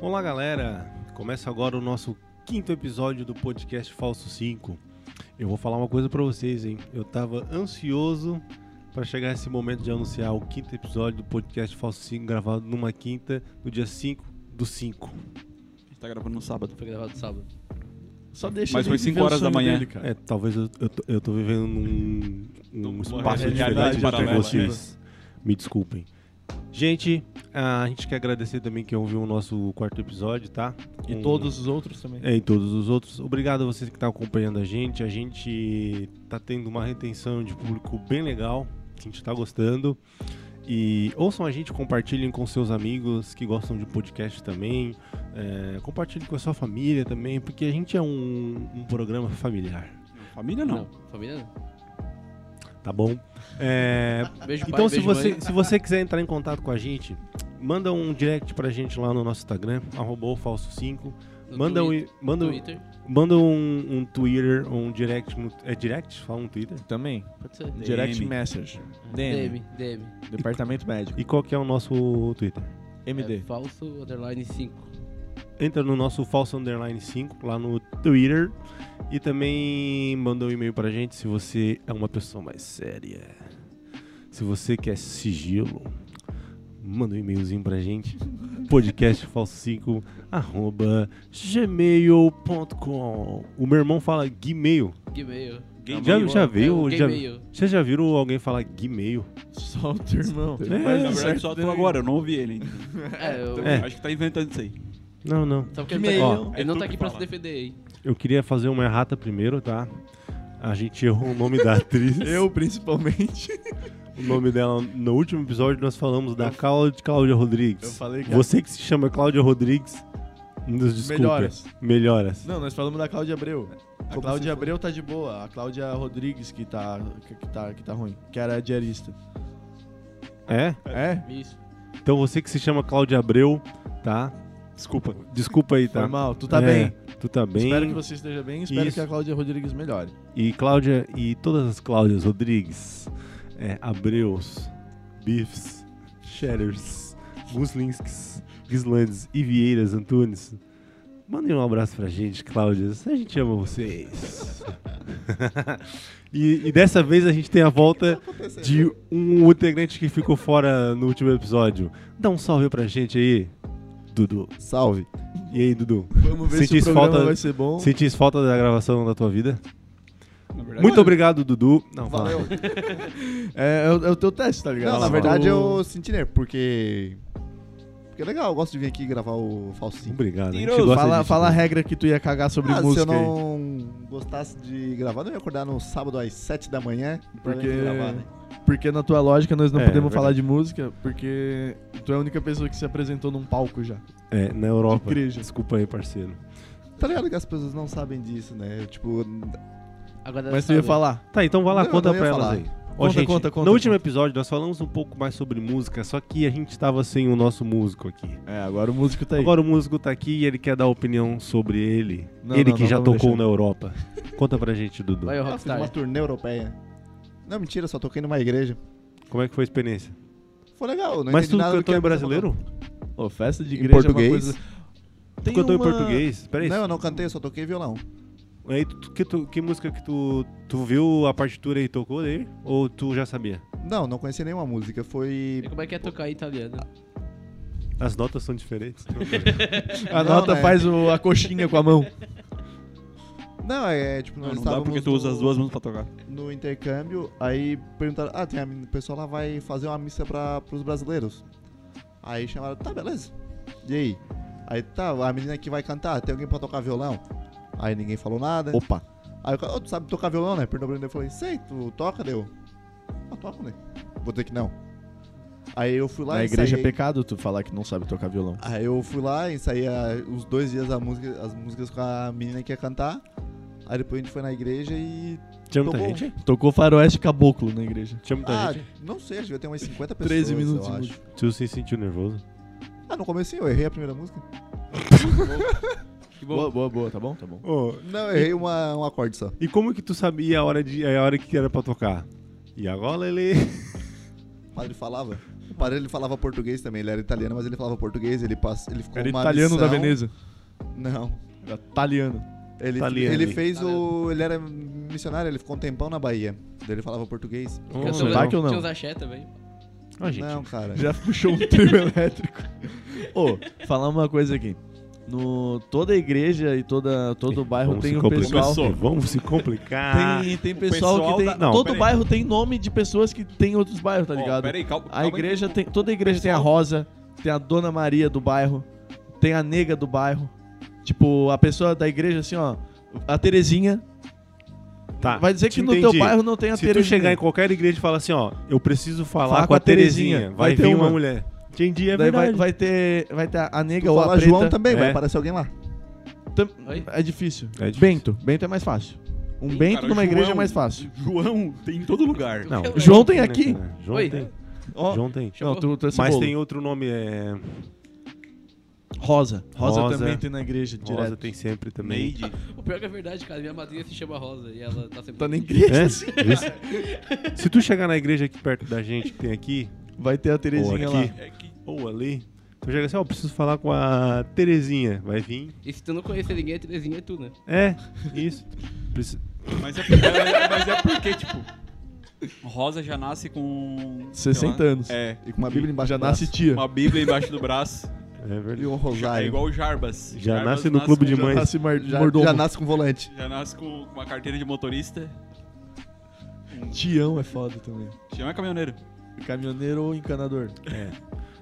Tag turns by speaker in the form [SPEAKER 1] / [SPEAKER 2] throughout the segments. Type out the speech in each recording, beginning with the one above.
[SPEAKER 1] Olá, galera! Começa agora o nosso quinto episódio do podcast Falso 5. Eu vou falar uma coisa pra vocês, hein? Eu tava ansioso pra chegar esse momento de anunciar o quinto episódio do podcast Falso 5, gravado numa quinta, no dia 5 do 5.
[SPEAKER 2] A gente tá gravando no sábado.
[SPEAKER 3] Foi gravado sábado. Só deixa
[SPEAKER 2] Mas
[SPEAKER 3] ele
[SPEAKER 2] foi cinco
[SPEAKER 3] viver o
[SPEAKER 2] horas da
[SPEAKER 3] sonho
[SPEAKER 2] manhã.
[SPEAKER 3] dele, cara.
[SPEAKER 1] É, talvez eu, eu, tô, eu tô vivendo num, num
[SPEAKER 2] Numa
[SPEAKER 1] espaço
[SPEAKER 2] realidade
[SPEAKER 1] diferente
[SPEAKER 2] paralela,
[SPEAKER 1] para vocês. Me desculpem. Gente, ah, a gente quer agradecer também quem ouviu o nosso quarto episódio, tá?
[SPEAKER 3] E
[SPEAKER 2] É,
[SPEAKER 1] Um-
[SPEAKER 3] todos os outros também.
[SPEAKER 1] É, e todos os outros. Obrigado a vocês que estão acompanhando a gente. A gente tá tendo uma retenção de público bem legal. que A gente tá gostando. E ouçam a gente, compartilhem com seus amigos que gostam de podcast também. É, compartilhem com a sua família também, porque a gente é um- um programa familiar.
[SPEAKER 2] Família não.
[SPEAKER 3] Família não.
[SPEAKER 1] Tá bom? É,
[SPEAKER 3] Beijo
[SPEAKER 1] então,
[SPEAKER 3] pai,
[SPEAKER 1] se
[SPEAKER 3] beijo
[SPEAKER 1] você,
[SPEAKER 3] mãe.
[SPEAKER 1] se você quiser entrar em contato com a gente, manda um direct pra gente lá no nosso Instagram, arroba o falso 5.
[SPEAKER 3] No
[SPEAKER 1] Manda, um,
[SPEAKER 3] Twitter,
[SPEAKER 1] e- manda, um-
[SPEAKER 3] Twitter,
[SPEAKER 1] manda um, um Twitter, um direct. no- é direct? Fala um Twitter.
[SPEAKER 4] Também.
[SPEAKER 3] pode ser.
[SPEAKER 2] DM.
[SPEAKER 4] Direct Message. DM.
[SPEAKER 3] DM, DM.
[SPEAKER 4] Departamento Médico.
[SPEAKER 1] E qual que é o nosso Twitter?
[SPEAKER 4] MD.
[SPEAKER 3] É falso, underline 5.
[SPEAKER 1] Entra no nosso falso underline 5 lá no Twitter. E também manda um e-mail pra gente se você é uma pessoa mais séria. Se você quer sigilo, manda um e-mailzinho pra gente. podcastfalso5 arroba gmail.com O meu irmão fala Gmail.
[SPEAKER 3] Gmail.
[SPEAKER 1] Já, já
[SPEAKER 3] É,
[SPEAKER 1] viu?
[SPEAKER 3] o
[SPEAKER 1] Já,
[SPEAKER 3] Gmail.
[SPEAKER 1] vocês já viram alguém falar Gmail?
[SPEAKER 4] Só o teu irmão.
[SPEAKER 2] Mas na
[SPEAKER 1] É,
[SPEAKER 2] verdade só tu agora, eu não ouvi ele ainda.
[SPEAKER 3] É, eu...
[SPEAKER 1] É.
[SPEAKER 2] Acho que tá inventando isso aí.
[SPEAKER 1] Não, não.
[SPEAKER 3] Sabe que ele,
[SPEAKER 4] Gmail.
[SPEAKER 3] tá...
[SPEAKER 2] Ó,
[SPEAKER 3] ele
[SPEAKER 2] é
[SPEAKER 3] não
[SPEAKER 2] tu
[SPEAKER 3] tá
[SPEAKER 2] que
[SPEAKER 3] aqui pra se
[SPEAKER 2] fala.
[SPEAKER 3] defender, hein?
[SPEAKER 1] Eu queria fazer uma errata primeiro, tá? A gente errou o nome da atriz.
[SPEAKER 4] Eu, principalmente.
[SPEAKER 1] o nome dela. No último episódio nós falamos da Cláudia, Cláudia
[SPEAKER 4] Eu
[SPEAKER 1] Rodrigues.
[SPEAKER 4] falei que...
[SPEAKER 1] Você que se chama Cláudia Rodrigues, nos desculpa.
[SPEAKER 4] Melhoras.
[SPEAKER 1] Melhoras.
[SPEAKER 4] Não, nós falamos da Cláudia Abreu. A
[SPEAKER 2] Como
[SPEAKER 4] Cláudia
[SPEAKER 2] você-
[SPEAKER 4] Abreu tá de boa. A Cláudia Rodrigues que tá, que, que tá, que tá ruim. Que era diarista.
[SPEAKER 1] É?
[SPEAKER 4] É?
[SPEAKER 3] Isso.
[SPEAKER 1] Então você que se chama Cláudia Abreu, tá?
[SPEAKER 2] Desculpa.
[SPEAKER 1] Desculpa aí,
[SPEAKER 4] Foi
[SPEAKER 1] tá?
[SPEAKER 4] mal. Tu tá
[SPEAKER 1] É,
[SPEAKER 4] bem?
[SPEAKER 1] Tu tá bem.
[SPEAKER 4] Espero que você esteja bem. Espero
[SPEAKER 1] Isso.
[SPEAKER 4] que a Cláudia Rodrigues melhore.
[SPEAKER 1] E Cláudia e todas as Cláudias Rodrigues, é, Abreus, Biffs, Shedders, Muslinsks, Gislandes e Vieiras Antunes, mandem um abraço pra gente, Cláudias. A gente ama vocês. e, e dessa vez a gente tem a volta
[SPEAKER 4] Tá
[SPEAKER 1] de um integrante que ficou fora no último episódio. Dá um salve pra gente aí, Dudu.
[SPEAKER 4] Salve.
[SPEAKER 1] E aí, Dudu?
[SPEAKER 4] Vamos ver
[SPEAKER 1] Sentisse
[SPEAKER 4] se o programa
[SPEAKER 1] falta-
[SPEAKER 4] vai ser bom.
[SPEAKER 1] Sentiste falta da gravação da tua vida?
[SPEAKER 2] Na verdade,
[SPEAKER 1] Muito obrigado, Dudu. Não, fala.
[SPEAKER 4] Valeu. é, é o- é o teu teste, tá ligado?
[SPEAKER 5] Não, na
[SPEAKER 4] Tu-
[SPEAKER 5] verdade eu senti nervo, porque. Porque é legal, eu gosto de vir aqui gravar o falsinho.
[SPEAKER 1] Obrigado. A né? gente
[SPEAKER 2] Mentiroso.
[SPEAKER 1] gosta
[SPEAKER 4] Fala,
[SPEAKER 1] disso.
[SPEAKER 4] fala a regra que tu ia cagar sobre
[SPEAKER 5] Ah, se eu
[SPEAKER 4] Um música aí.
[SPEAKER 5] não gostasse de gravar, eu não ia acordar no sábado às 7 da manhã pra
[SPEAKER 4] Porque-
[SPEAKER 5] vir gravar, né?
[SPEAKER 4] Porque na tua lógica nós não
[SPEAKER 1] É,
[SPEAKER 4] podemos
[SPEAKER 1] é
[SPEAKER 4] falar de música, porque tu é a única pessoa que se apresentou num palco já.
[SPEAKER 1] É, na Europa.
[SPEAKER 4] De igreja.
[SPEAKER 1] Desculpa aí, parceiro.
[SPEAKER 5] Tá ligado que as pessoas não sabem disso, né? Tipo,
[SPEAKER 3] Agora
[SPEAKER 4] Mas tu
[SPEAKER 3] É,
[SPEAKER 4] ia
[SPEAKER 3] sabe.
[SPEAKER 4] falar.
[SPEAKER 1] Tá, então vai lá,
[SPEAKER 5] Não,
[SPEAKER 1] conta
[SPEAKER 5] não ia
[SPEAKER 1] pra
[SPEAKER 5] falar.
[SPEAKER 1] elas aí.
[SPEAKER 4] Conta, conta, conta,
[SPEAKER 1] No último
[SPEAKER 4] conta.
[SPEAKER 1] episódio nós falamos um pouco mais sobre música, só que a gente tava sem o nosso músico aqui.
[SPEAKER 4] É, agora o músico tá aí.
[SPEAKER 1] Agora o músico tá aqui e ele quer dar opinião sobre ele.
[SPEAKER 4] Não,
[SPEAKER 1] ele
[SPEAKER 4] não,
[SPEAKER 1] que
[SPEAKER 4] não,
[SPEAKER 1] já
[SPEAKER 4] vamos
[SPEAKER 1] tocou
[SPEAKER 4] deixar.
[SPEAKER 1] na Europa. Conta pra gente, Dudu.
[SPEAKER 3] Vai, tá. ô,
[SPEAKER 5] eu fiz
[SPEAKER 3] Rockstar.
[SPEAKER 5] uma turnê europeia. Não, mentira, só toquei numa igreja.
[SPEAKER 1] Como é que foi a experiência?
[SPEAKER 5] Foi legal, não
[SPEAKER 1] Mas
[SPEAKER 5] entendi
[SPEAKER 1] tu
[SPEAKER 5] nada do
[SPEAKER 1] cantou em
[SPEAKER 5] que a pessoa
[SPEAKER 1] brasileiro?
[SPEAKER 4] Ô, festa de
[SPEAKER 5] Em
[SPEAKER 4] igreja é
[SPEAKER 5] português?
[SPEAKER 4] uma coisa...
[SPEAKER 1] Tu
[SPEAKER 4] Tem
[SPEAKER 1] cantou em
[SPEAKER 4] uma-
[SPEAKER 1] português? Peraí.
[SPEAKER 5] falou. Não, eu não cantei, eu só toquei violão.
[SPEAKER 1] Aí tu- que, tu- que música que tu, tu viu a partitura e tocou daí? Ou tu já sabia?
[SPEAKER 5] Não, não conheci nenhuma música, foi.
[SPEAKER 3] E Como é que é tocar em italiano?
[SPEAKER 1] As notas são diferentes.
[SPEAKER 4] A
[SPEAKER 5] Não,
[SPEAKER 4] nota
[SPEAKER 5] né?
[SPEAKER 4] faz o- a coxinha com a mão.
[SPEAKER 5] Não, é tipo, nós
[SPEAKER 2] Não, não dá
[SPEAKER 5] estávamos
[SPEAKER 2] porque tu usa
[SPEAKER 5] no-
[SPEAKER 2] as duas mãos pra tocar.
[SPEAKER 5] no intercâmbio, aí perguntaram, ah, tem a, o pessoal lá vai fazer uma missa para pros brasileiros. Aí chamaram, tá, beleza. E aí? Aí tá, a menina que vai cantar, tem alguém pra tocar violão? Aí ninguém falou nada.
[SPEAKER 4] Opa.
[SPEAKER 5] Aí o cara, "Ô, tu sabe tocar violão, né? Perguntou pra mim, eu falei, sei, tu toca, deu. Ah, toco, né? Vou dizer que não. Aí eu fui lá
[SPEAKER 4] Na igreja é
[SPEAKER 5] ensaiei-
[SPEAKER 4] pecado tu falar que não sabe tocar violão.
[SPEAKER 5] Aí eu fui lá, ensaiei a- os dois dias a música- as músicas com a menina que ia cantar. Aí depois a gente foi na igreja e.
[SPEAKER 1] Tinha muita
[SPEAKER 5] Tocou.
[SPEAKER 1] gente?
[SPEAKER 4] Tocou faroeste caboclo na igreja.
[SPEAKER 1] Tinha muita
[SPEAKER 5] Ah,
[SPEAKER 1] gente?
[SPEAKER 5] não sei, acho que devia ter umas 50 pessoas.
[SPEAKER 4] 13 minutos de
[SPEAKER 5] eu acho.
[SPEAKER 4] música.
[SPEAKER 1] Tu se sentiu nervoso?
[SPEAKER 5] Ah, no começo eu errei a primeira música?
[SPEAKER 2] Que
[SPEAKER 4] Boa, boa, boa. Tá bom? Tá bom.
[SPEAKER 5] Não, eu errei uma, um acorde só.
[SPEAKER 1] E como que tu sabia a hora, de, a hora que era pra tocar? E agora ele.
[SPEAKER 5] O padre falava. O padre ele falava português também, ele era italiano, mas ele falava português, ele, pass... ele ficou
[SPEAKER 2] Era
[SPEAKER 5] uma
[SPEAKER 2] italiano da
[SPEAKER 5] missão-
[SPEAKER 2] Veneza.
[SPEAKER 5] Não.
[SPEAKER 2] Era italiano.
[SPEAKER 5] Ele,
[SPEAKER 1] Italiano.
[SPEAKER 5] ele fez o. Ele era missionário, ele ficou um tempão na Bahia. Daí ele falava português.
[SPEAKER 1] Oh,
[SPEAKER 3] Canção
[SPEAKER 1] legal.
[SPEAKER 3] da-
[SPEAKER 2] que eu não?
[SPEAKER 3] Tinha uns axé também.
[SPEAKER 1] Ó, gente,
[SPEAKER 5] Não, cara.
[SPEAKER 2] Já puxou um trio elétrico.
[SPEAKER 4] Ô, falar uma coisa aqui. No, toda igreja e toda, todo bairro
[SPEAKER 1] vamos
[SPEAKER 4] tem
[SPEAKER 1] se
[SPEAKER 4] um
[SPEAKER 1] complicar.
[SPEAKER 4] pessoal.
[SPEAKER 2] Começou.
[SPEAKER 1] Vamos se complicar.
[SPEAKER 4] Tem, tem
[SPEAKER 2] pessoal
[SPEAKER 4] pessoal, que tem.
[SPEAKER 1] tá-
[SPEAKER 2] da- Não,
[SPEAKER 4] todo
[SPEAKER 2] peraí.
[SPEAKER 4] bairro tem nome de pessoas que tem outros bairros, tá ligado?
[SPEAKER 2] Peraí, calma.
[SPEAKER 4] a igreja tem. Toda igreja tem a Rosa, tem a Dona Maria do bairro, tem a nega do bairro. Tipo, a pessoa da igreja, assim, ó. A Terezinha.
[SPEAKER 1] Tá,
[SPEAKER 4] vai dizer
[SPEAKER 1] te
[SPEAKER 4] que no teu
[SPEAKER 1] entendi.
[SPEAKER 4] bairro não tem a
[SPEAKER 1] Se tu
[SPEAKER 4] Terezinha.
[SPEAKER 1] chegar em qualquer igreja e falar assim, ó, eu preciso falar
[SPEAKER 4] Fala
[SPEAKER 1] com, a Terezinha, vai,
[SPEAKER 4] ter
[SPEAKER 1] vir uma
[SPEAKER 4] uma.
[SPEAKER 1] mulher. Entendi, é
[SPEAKER 4] Daí vai,
[SPEAKER 1] verdade.
[SPEAKER 4] vai ter. Vai ter a nega
[SPEAKER 5] Tu
[SPEAKER 4] ou a
[SPEAKER 5] fala
[SPEAKER 4] preta.
[SPEAKER 5] João também,
[SPEAKER 1] É.
[SPEAKER 5] vai aparecer alguém lá.
[SPEAKER 4] Tam-
[SPEAKER 3] Oi?
[SPEAKER 4] É difícil.
[SPEAKER 1] É difícil.
[SPEAKER 4] Bento. Bento é mais fácil. Um
[SPEAKER 3] Ih,
[SPEAKER 4] Bento
[SPEAKER 2] Cara,
[SPEAKER 4] numa
[SPEAKER 2] João-
[SPEAKER 4] igreja é mais fácil.
[SPEAKER 2] João tem em todo lugar.
[SPEAKER 1] Não,
[SPEAKER 3] Eu-
[SPEAKER 4] João tá-
[SPEAKER 1] né,
[SPEAKER 4] tem aqui.
[SPEAKER 1] cara? João
[SPEAKER 3] Oi?
[SPEAKER 1] tem.
[SPEAKER 4] Ó,
[SPEAKER 1] João tem.
[SPEAKER 4] Não, tu, tu é
[SPEAKER 1] Mas
[SPEAKER 4] cebola.
[SPEAKER 1] tem outro nome, é...
[SPEAKER 4] Rosa. Rosa.
[SPEAKER 1] Rosa.
[SPEAKER 4] também tem na igreja, direto.
[SPEAKER 1] Rosa tem sempre também.
[SPEAKER 2] Neide.
[SPEAKER 3] O pior que é verdade, cara. Minha madrinha se chama Rosa e ela tá sempre.
[SPEAKER 4] Tá na igreja.
[SPEAKER 1] É? Vê se- Se tu chegar na igreja aqui perto da gente, que tem aqui,
[SPEAKER 4] Vai ter a Terezinha
[SPEAKER 1] Ou aqui.
[SPEAKER 4] lá.
[SPEAKER 2] É que
[SPEAKER 1] ou ali, tu chega assim, ó, eu preciso falar com a Terezinha, vai vir.
[SPEAKER 3] E se tu não conhecer ninguém, a Terezinha é tu, né?
[SPEAKER 1] É, isso. Preci-
[SPEAKER 2] Mas é, é- mas é porque, tipo, Rosa já nasce com. sei
[SPEAKER 4] 60
[SPEAKER 2] lá,
[SPEAKER 4] anos.
[SPEAKER 2] É.
[SPEAKER 5] E com uma Bíblia embaixo
[SPEAKER 4] Já
[SPEAKER 5] do braço.
[SPEAKER 4] nasce tia.
[SPEAKER 2] Uma Bíblia embaixo do braço.
[SPEAKER 1] É
[SPEAKER 5] E
[SPEAKER 1] verdade.
[SPEAKER 5] um
[SPEAKER 2] Já- é
[SPEAKER 5] rosário.
[SPEAKER 2] igual o Jarbas.
[SPEAKER 1] Já
[SPEAKER 2] Jarbas
[SPEAKER 1] nasce no clube de
[SPEAKER 2] com-
[SPEAKER 1] mãe.
[SPEAKER 4] Já nasce mar-
[SPEAKER 5] Já,
[SPEAKER 4] mordomo.
[SPEAKER 5] já nasce com volante.
[SPEAKER 2] Já nasce com uma carteira de motorista.
[SPEAKER 4] Tião é foda também.
[SPEAKER 2] Chama caminhoneiro.
[SPEAKER 4] Caminhoneiro ou encanador.
[SPEAKER 1] É.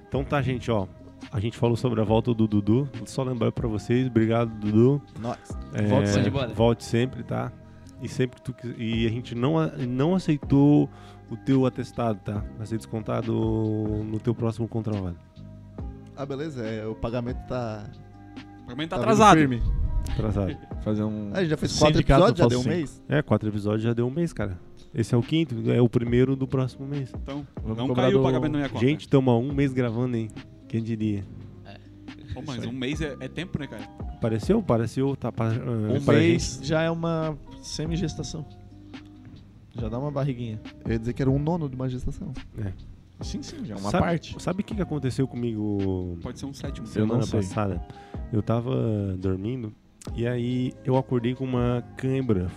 [SPEAKER 1] Então tá, gente, ó. A gente falou sobre a volta do Dudu. Só lembrar pra vocês, obrigado, Dudu.
[SPEAKER 5] Nós.
[SPEAKER 1] É,
[SPEAKER 4] Volte
[SPEAKER 3] sempre. Bora.
[SPEAKER 1] volte sempre, tá? E sempre que tu quiser. E a gente não, a- não aceitou o teu atestado, tá? Vai ser descontado no teu próximo contravalho.
[SPEAKER 5] Ah, beleza, é, o pagamento tá.
[SPEAKER 2] O pagamento tá
[SPEAKER 5] Tá vindo
[SPEAKER 2] atrasado.
[SPEAKER 4] Firme.
[SPEAKER 1] Atrasado.
[SPEAKER 4] Fazer um.
[SPEAKER 5] Ah, a gente já fez quatro
[SPEAKER 4] Sindicato,
[SPEAKER 5] episódios, já
[SPEAKER 4] eu
[SPEAKER 5] deu um
[SPEAKER 4] faço
[SPEAKER 5] mês.
[SPEAKER 1] É, quatro episódios já deu um mês, cara. Esse é o quinto, é o primeiro do próximo mês.
[SPEAKER 2] Então,
[SPEAKER 4] Vamos
[SPEAKER 2] não
[SPEAKER 4] cobrar
[SPEAKER 2] caiu
[SPEAKER 4] do-
[SPEAKER 2] o pagamento na minha conta.
[SPEAKER 1] Gente, tamo há um mês gravando, hein? Quem diria?
[SPEAKER 2] Pô, mas um mês é, é tempo, né, cara?
[SPEAKER 1] Pareceu? Pareceu, tá pa- ah,
[SPEAKER 4] Um
[SPEAKER 1] pra gente.
[SPEAKER 4] mês já é uma semigestação. Já dá uma barriguinha.
[SPEAKER 5] Eu ia dizer que era um nono de uma gestação.
[SPEAKER 4] Sim, sim, já é uma
[SPEAKER 1] sabe,
[SPEAKER 4] parte.
[SPEAKER 1] Sabe o que que aconteceu comigo
[SPEAKER 2] Pode ser um sétimo.
[SPEAKER 4] Eu não
[SPEAKER 1] semana
[SPEAKER 4] sei.
[SPEAKER 1] passada? Eu tava dormindo e aí eu acordei com uma cãibra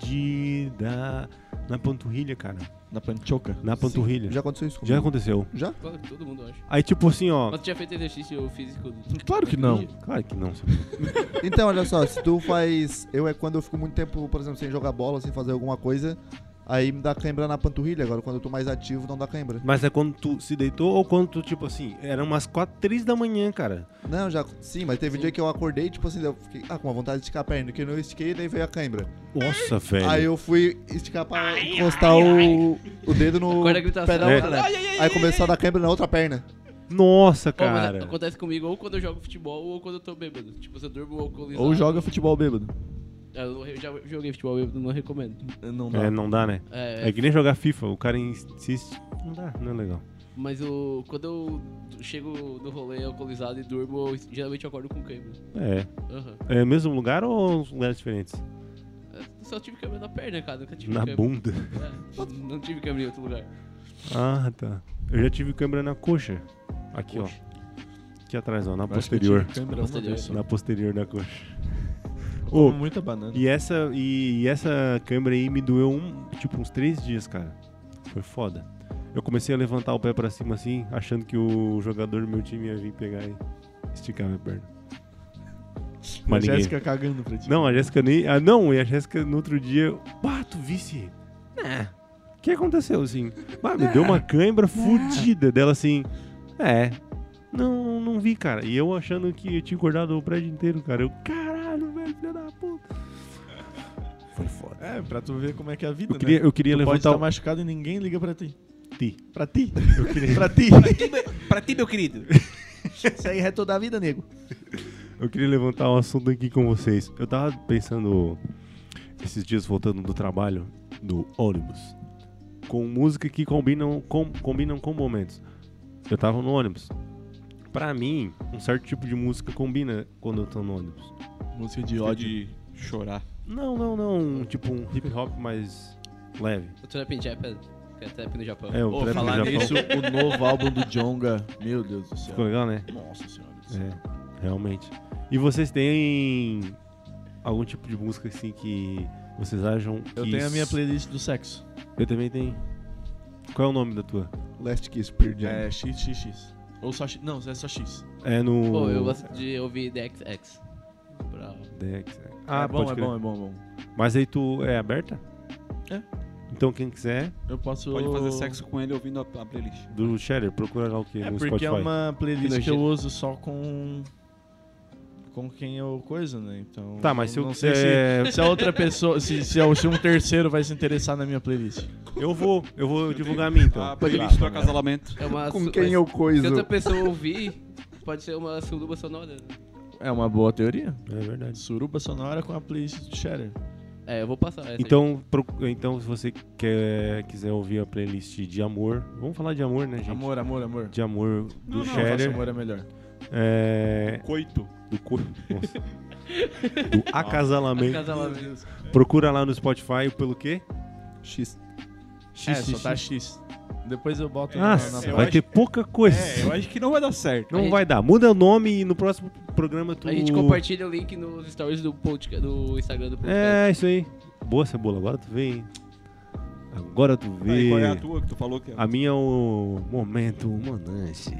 [SPEAKER 1] fudida na panturrilha, cara.
[SPEAKER 4] Na panchoca.
[SPEAKER 1] Na panturrilha.
[SPEAKER 5] Já aconteceu isso
[SPEAKER 1] Já
[SPEAKER 5] comigo?
[SPEAKER 1] aconteceu.
[SPEAKER 5] Já?
[SPEAKER 3] Claro que todo mundo acha.
[SPEAKER 1] Aí tipo assim, ó.
[SPEAKER 3] Mas tu tinha feito exercício físico? Tipo,
[SPEAKER 4] Claro que não.
[SPEAKER 1] Claro que não. seu-
[SPEAKER 5] Então, olha só, se tu faz. Eu é quando eu fico muito tempo, por exemplo, sem jogar bola, sem fazer alguma coisa, aí me dá cãibra na panturrilha. Agora, quando eu tô mais ativo, não dá cãibra.
[SPEAKER 1] Mas é quando tu se deitou ou quando tu, tipo assim, eram umas quatro, três da manhã, cara.
[SPEAKER 5] Não, já. Sim, mas teve
[SPEAKER 3] Sim.
[SPEAKER 5] dia que eu acordei, tipo assim, eu fiquei ah, com uma vontade de esticar a perna, que eu não estiquei, daí veio a cãibra.
[SPEAKER 1] Nossa, velho.
[SPEAKER 5] Aí eu fui esticar pra encostar o, o dedo no
[SPEAKER 3] Acorda a gritação.
[SPEAKER 5] pé da
[SPEAKER 1] É.
[SPEAKER 5] outra, né? Aí começou a dar cãibra na outra perna.
[SPEAKER 1] Nossa,
[SPEAKER 3] Pô, mas
[SPEAKER 1] cara.
[SPEAKER 3] acontece comigo ou quando eu jogo futebol ou quando eu tô bêbado. Tipo, se eu durmo alcoolizado.
[SPEAKER 4] Ou joga futebol bêbado.
[SPEAKER 3] Eu já joguei futebol bêbado, não recomendo.
[SPEAKER 4] Não
[SPEAKER 1] É, não dá, né?
[SPEAKER 3] É,
[SPEAKER 1] É que nem jogar FIFA, o cara insiste. Não dá, não é legal.
[SPEAKER 3] mas o, quando eu chego no rolê alcoolizado e durmo, eu, geralmente eu acordo com câimbra.
[SPEAKER 1] É.
[SPEAKER 3] Aham.
[SPEAKER 1] É o mesmo lugar ou lugares diferentes?
[SPEAKER 3] Eu É, Só tive câimbra na perna, cara. Nunca tive
[SPEAKER 1] Na
[SPEAKER 3] câimbra.
[SPEAKER 1] bunda.
[SPEAKER 3] É, não tive câimbra em outro lugar.
[SPEAKER 1] Ah, tá. Eu já tive câmera na coxa. Aqui, ó. Aqui atrás, ó. Na posterior.
[SPEAKER 3] Posterior.
[SPEAKER 1] Na posterior da coxa.
[SPEAKER 4] Oh.
[SPEAKER 1] Ô,
[SPEAKER 4] Muita banana.
[SPEAKER 1] e essa, e, e essa câmera aí me doeu um, tipo uns três dias, cara. Foi foda. Eu comecei a levantar o pé pra cima assim, achando que o jogador do meu time ia vir pegar e esticar minha perna.
[SPEAKER 4] A
[SPEAKER 1] Mas ninguém
[SPEAKER 4] Jéssica cagando pra ti.
[SPEAKER 1] Não, a Jéssica nem. Ah, não, e a Jéssica no outro dia. Pá, tu visse. É. O que aconteceu, assim? Bah,
[SPEAKER 4] É.
[SPEAKER 1] me deu uma cãibra fudida dela, assim. É. Não, não vi, cara. E eu achando que eu tinha acordado o prédio inteiro, cara. Eu, caralho, velho, filho da puta. Foi foda.
[SPEAKER 4] É, pra tu ver como é que é a vida,
[SPEAKER 1] Eu queria,
[SPEAKER 4] né?
[SPEAKER 1] eu queria
[SPEAKER 4] Tu pode
[SPEAKER 1] levantar
[SPEAKER 4] estar
[SPEAKER 1] o.
[SPEAKER 4] machucado e ninguém liga pra ti.
[SPEAKER 1] Ti.
[SPEAKER 4] Pra ti.
[SPEAKER 1] Eu queria,
[SPEAKER 4] pra ti.
[SPEAKER 2] Pra ti, meu querido.
[SPEAKER 4] Segue reto da é vida, nego.
[SPEAKER 1] eu queria levantar um assunto aqui com vocês. Eu tava pensando esses dias voltando do trabalho, do ônibus, com música que combinam com, combinam com momentos. Eu tava no ônibus. Pra mim, um certo tipo de música combina quando eu tô no ônibus.
[SPEAKER 4] Música de ódio.
[SPEAKER 2] Pode chorar.
[SPEAKER 1] Não, não, não. Tipo um hip hop um mais leve.
[SPEAKER 3] O Trap in Japan. que é trap no Japão.
[SPEAKER 1] É, o
[SPEAKER 4] Ô,
[SPEAKER 1] trap do
[SPEAKER 4] falar
[SPEAKER 1] Japão.
[SPEAKER 4] nisso, o novo álbum do Jonga, meu Deus do céu.
[SPEAKER 1] Ficou legal, né?
[SPEAKER 4] Nossa senhora do céu.
[SPEAKER 1] É, realmente. E vocês têm algum tipo de música assim que vocês acham que.
[SPEAKER 4] Eu tenho a minha
[SPEAKER 1] s-
[SPEAKER 4] playlist do sexo.
[SPEAKER 1] Eu também tenho. Qual é o nome da tua?
[SPEAKER 5] Last Kiss, perdi.
[SPEAKER 4] É XXX. Ou só X. Não, é só X.
[SPEAKER 1] É no.
[SPEAKER 3] Pô, eu gosto de ouvir DXX. Pra...
[SPEAKER 1] Dex. Ah,
[SPEAKER 4] é bom,
[SPEAKER 1] pode
[SPEAKER 4] é
[SPEAKER 1] crer.
[SPEAKER 4] bom, é bom, é bom.
[SPEAKER 1] Mas aí tu é aberta?
[SPEAKER 4] É.
[SPEAKER 1] Então quem quiser,
[SPEAKER 4] Eu posso.
[SPEAKER 2] Pode fazer sexo com ele ouvindo a, a playlist.
[SPEAKER 1] do Shader, procura lá o que
[SPEAKER 4] É
[SPEAKER 1] no
[SPEAKER 4] porque
[SPEAKER 1] um Spotify.
[SPEAKER 4] é uma playlist que
[SPEAKER 3] Elogio.
[SPEAKER 4] eu uso só com. Com quem eu coisa, né? Então.
[SPEAKER 1] Tá, mas se eu é-
[SPEAKER 4] não sei
[SPEAKER 1] quiser-
[SPEAKER 4] se, se a outra pessoa. Se, se, a- se um terceiro vai se interessar na minha playlist.
[SPEAKER 1] Eu vou, eu vou divulgar a minha então.
[SPEAKER 2] A Ah, playlist do acasalamento.
[SPEAKER 3] É uma
[SPEAKER 5] Com
[SPEAKER 3] su-
[SPEAKER 5] quem
[SPEAKER 3] mas
[SPEAKER 5] eu
[SPEAKER 3] Se
[SPEAKER 5] coiso?
[SPEAKER 3] outra pessoa ouvir, pode ser uma suruba sonora. né?
[SPEAKER 4] É uma boa teoria.
[SPEAKER 1] É verdade.
[SPEAKER 4] Suruba sonora com a playlist do Shatter.
[SPEAKER 3] É, eu vou passar essa.
[SPEAKER 1] Então, pro- então se você quer, quiser ouvir a playlist de amor, vamos falar de amor, né, gente?
[SPEAKER 4] Amor, amor, amor.
[SPEAKER 1] De amor do
[SPEAKER 4] Não, não, faça
[SPEAKER 1] Shader.
[SPEAKER 4] amor é melhor.
[SPEAKER 1] É,
[SPEAKER 2] Coito.
[SPEAKER 1] do cor... Nossa. do acasalamento.
[SPEAKER 3] Acasalamento.
[SPEAKER 1] Procura lá no Spotify pelo quê?
[SPEAKER 5] X.
[SPEAKER 1] X,
[SPEAKER 4] É,
[SPEAKER 1] X,
[SPEAKER 4] só
[SPEAKER 1] X.
[SPEAKER 4] tá X. Depois Ah, eu boto na- na,
[SPEAKER 1] Nossa,
[SPEAKER 2] eu
[SPEAKER 1] vai
[SPEAKER 2] acho-
[SPEAKER 1] ter pouca coisa.
[SPEAKER 2] É, eu acho que não vai dar certo.
[SPEAKER 1] Não
[SPEAKER 3] A
[SPEAKER 1] vai dar. Muda o nome e no próximo programa tu...
[SPEAKER 3] A gente compartilha o link nos stories do, podcast, do Instagram do podcast.
[SPEAKER 1] É, isso aí. Boa, Cebola. Agora tu vê, hein? Agora tu vê.
[SPEAKER 2] Aí, qual é a tua que tu falou que é?
[SPEAKER 1] A minha é o momento Monanche.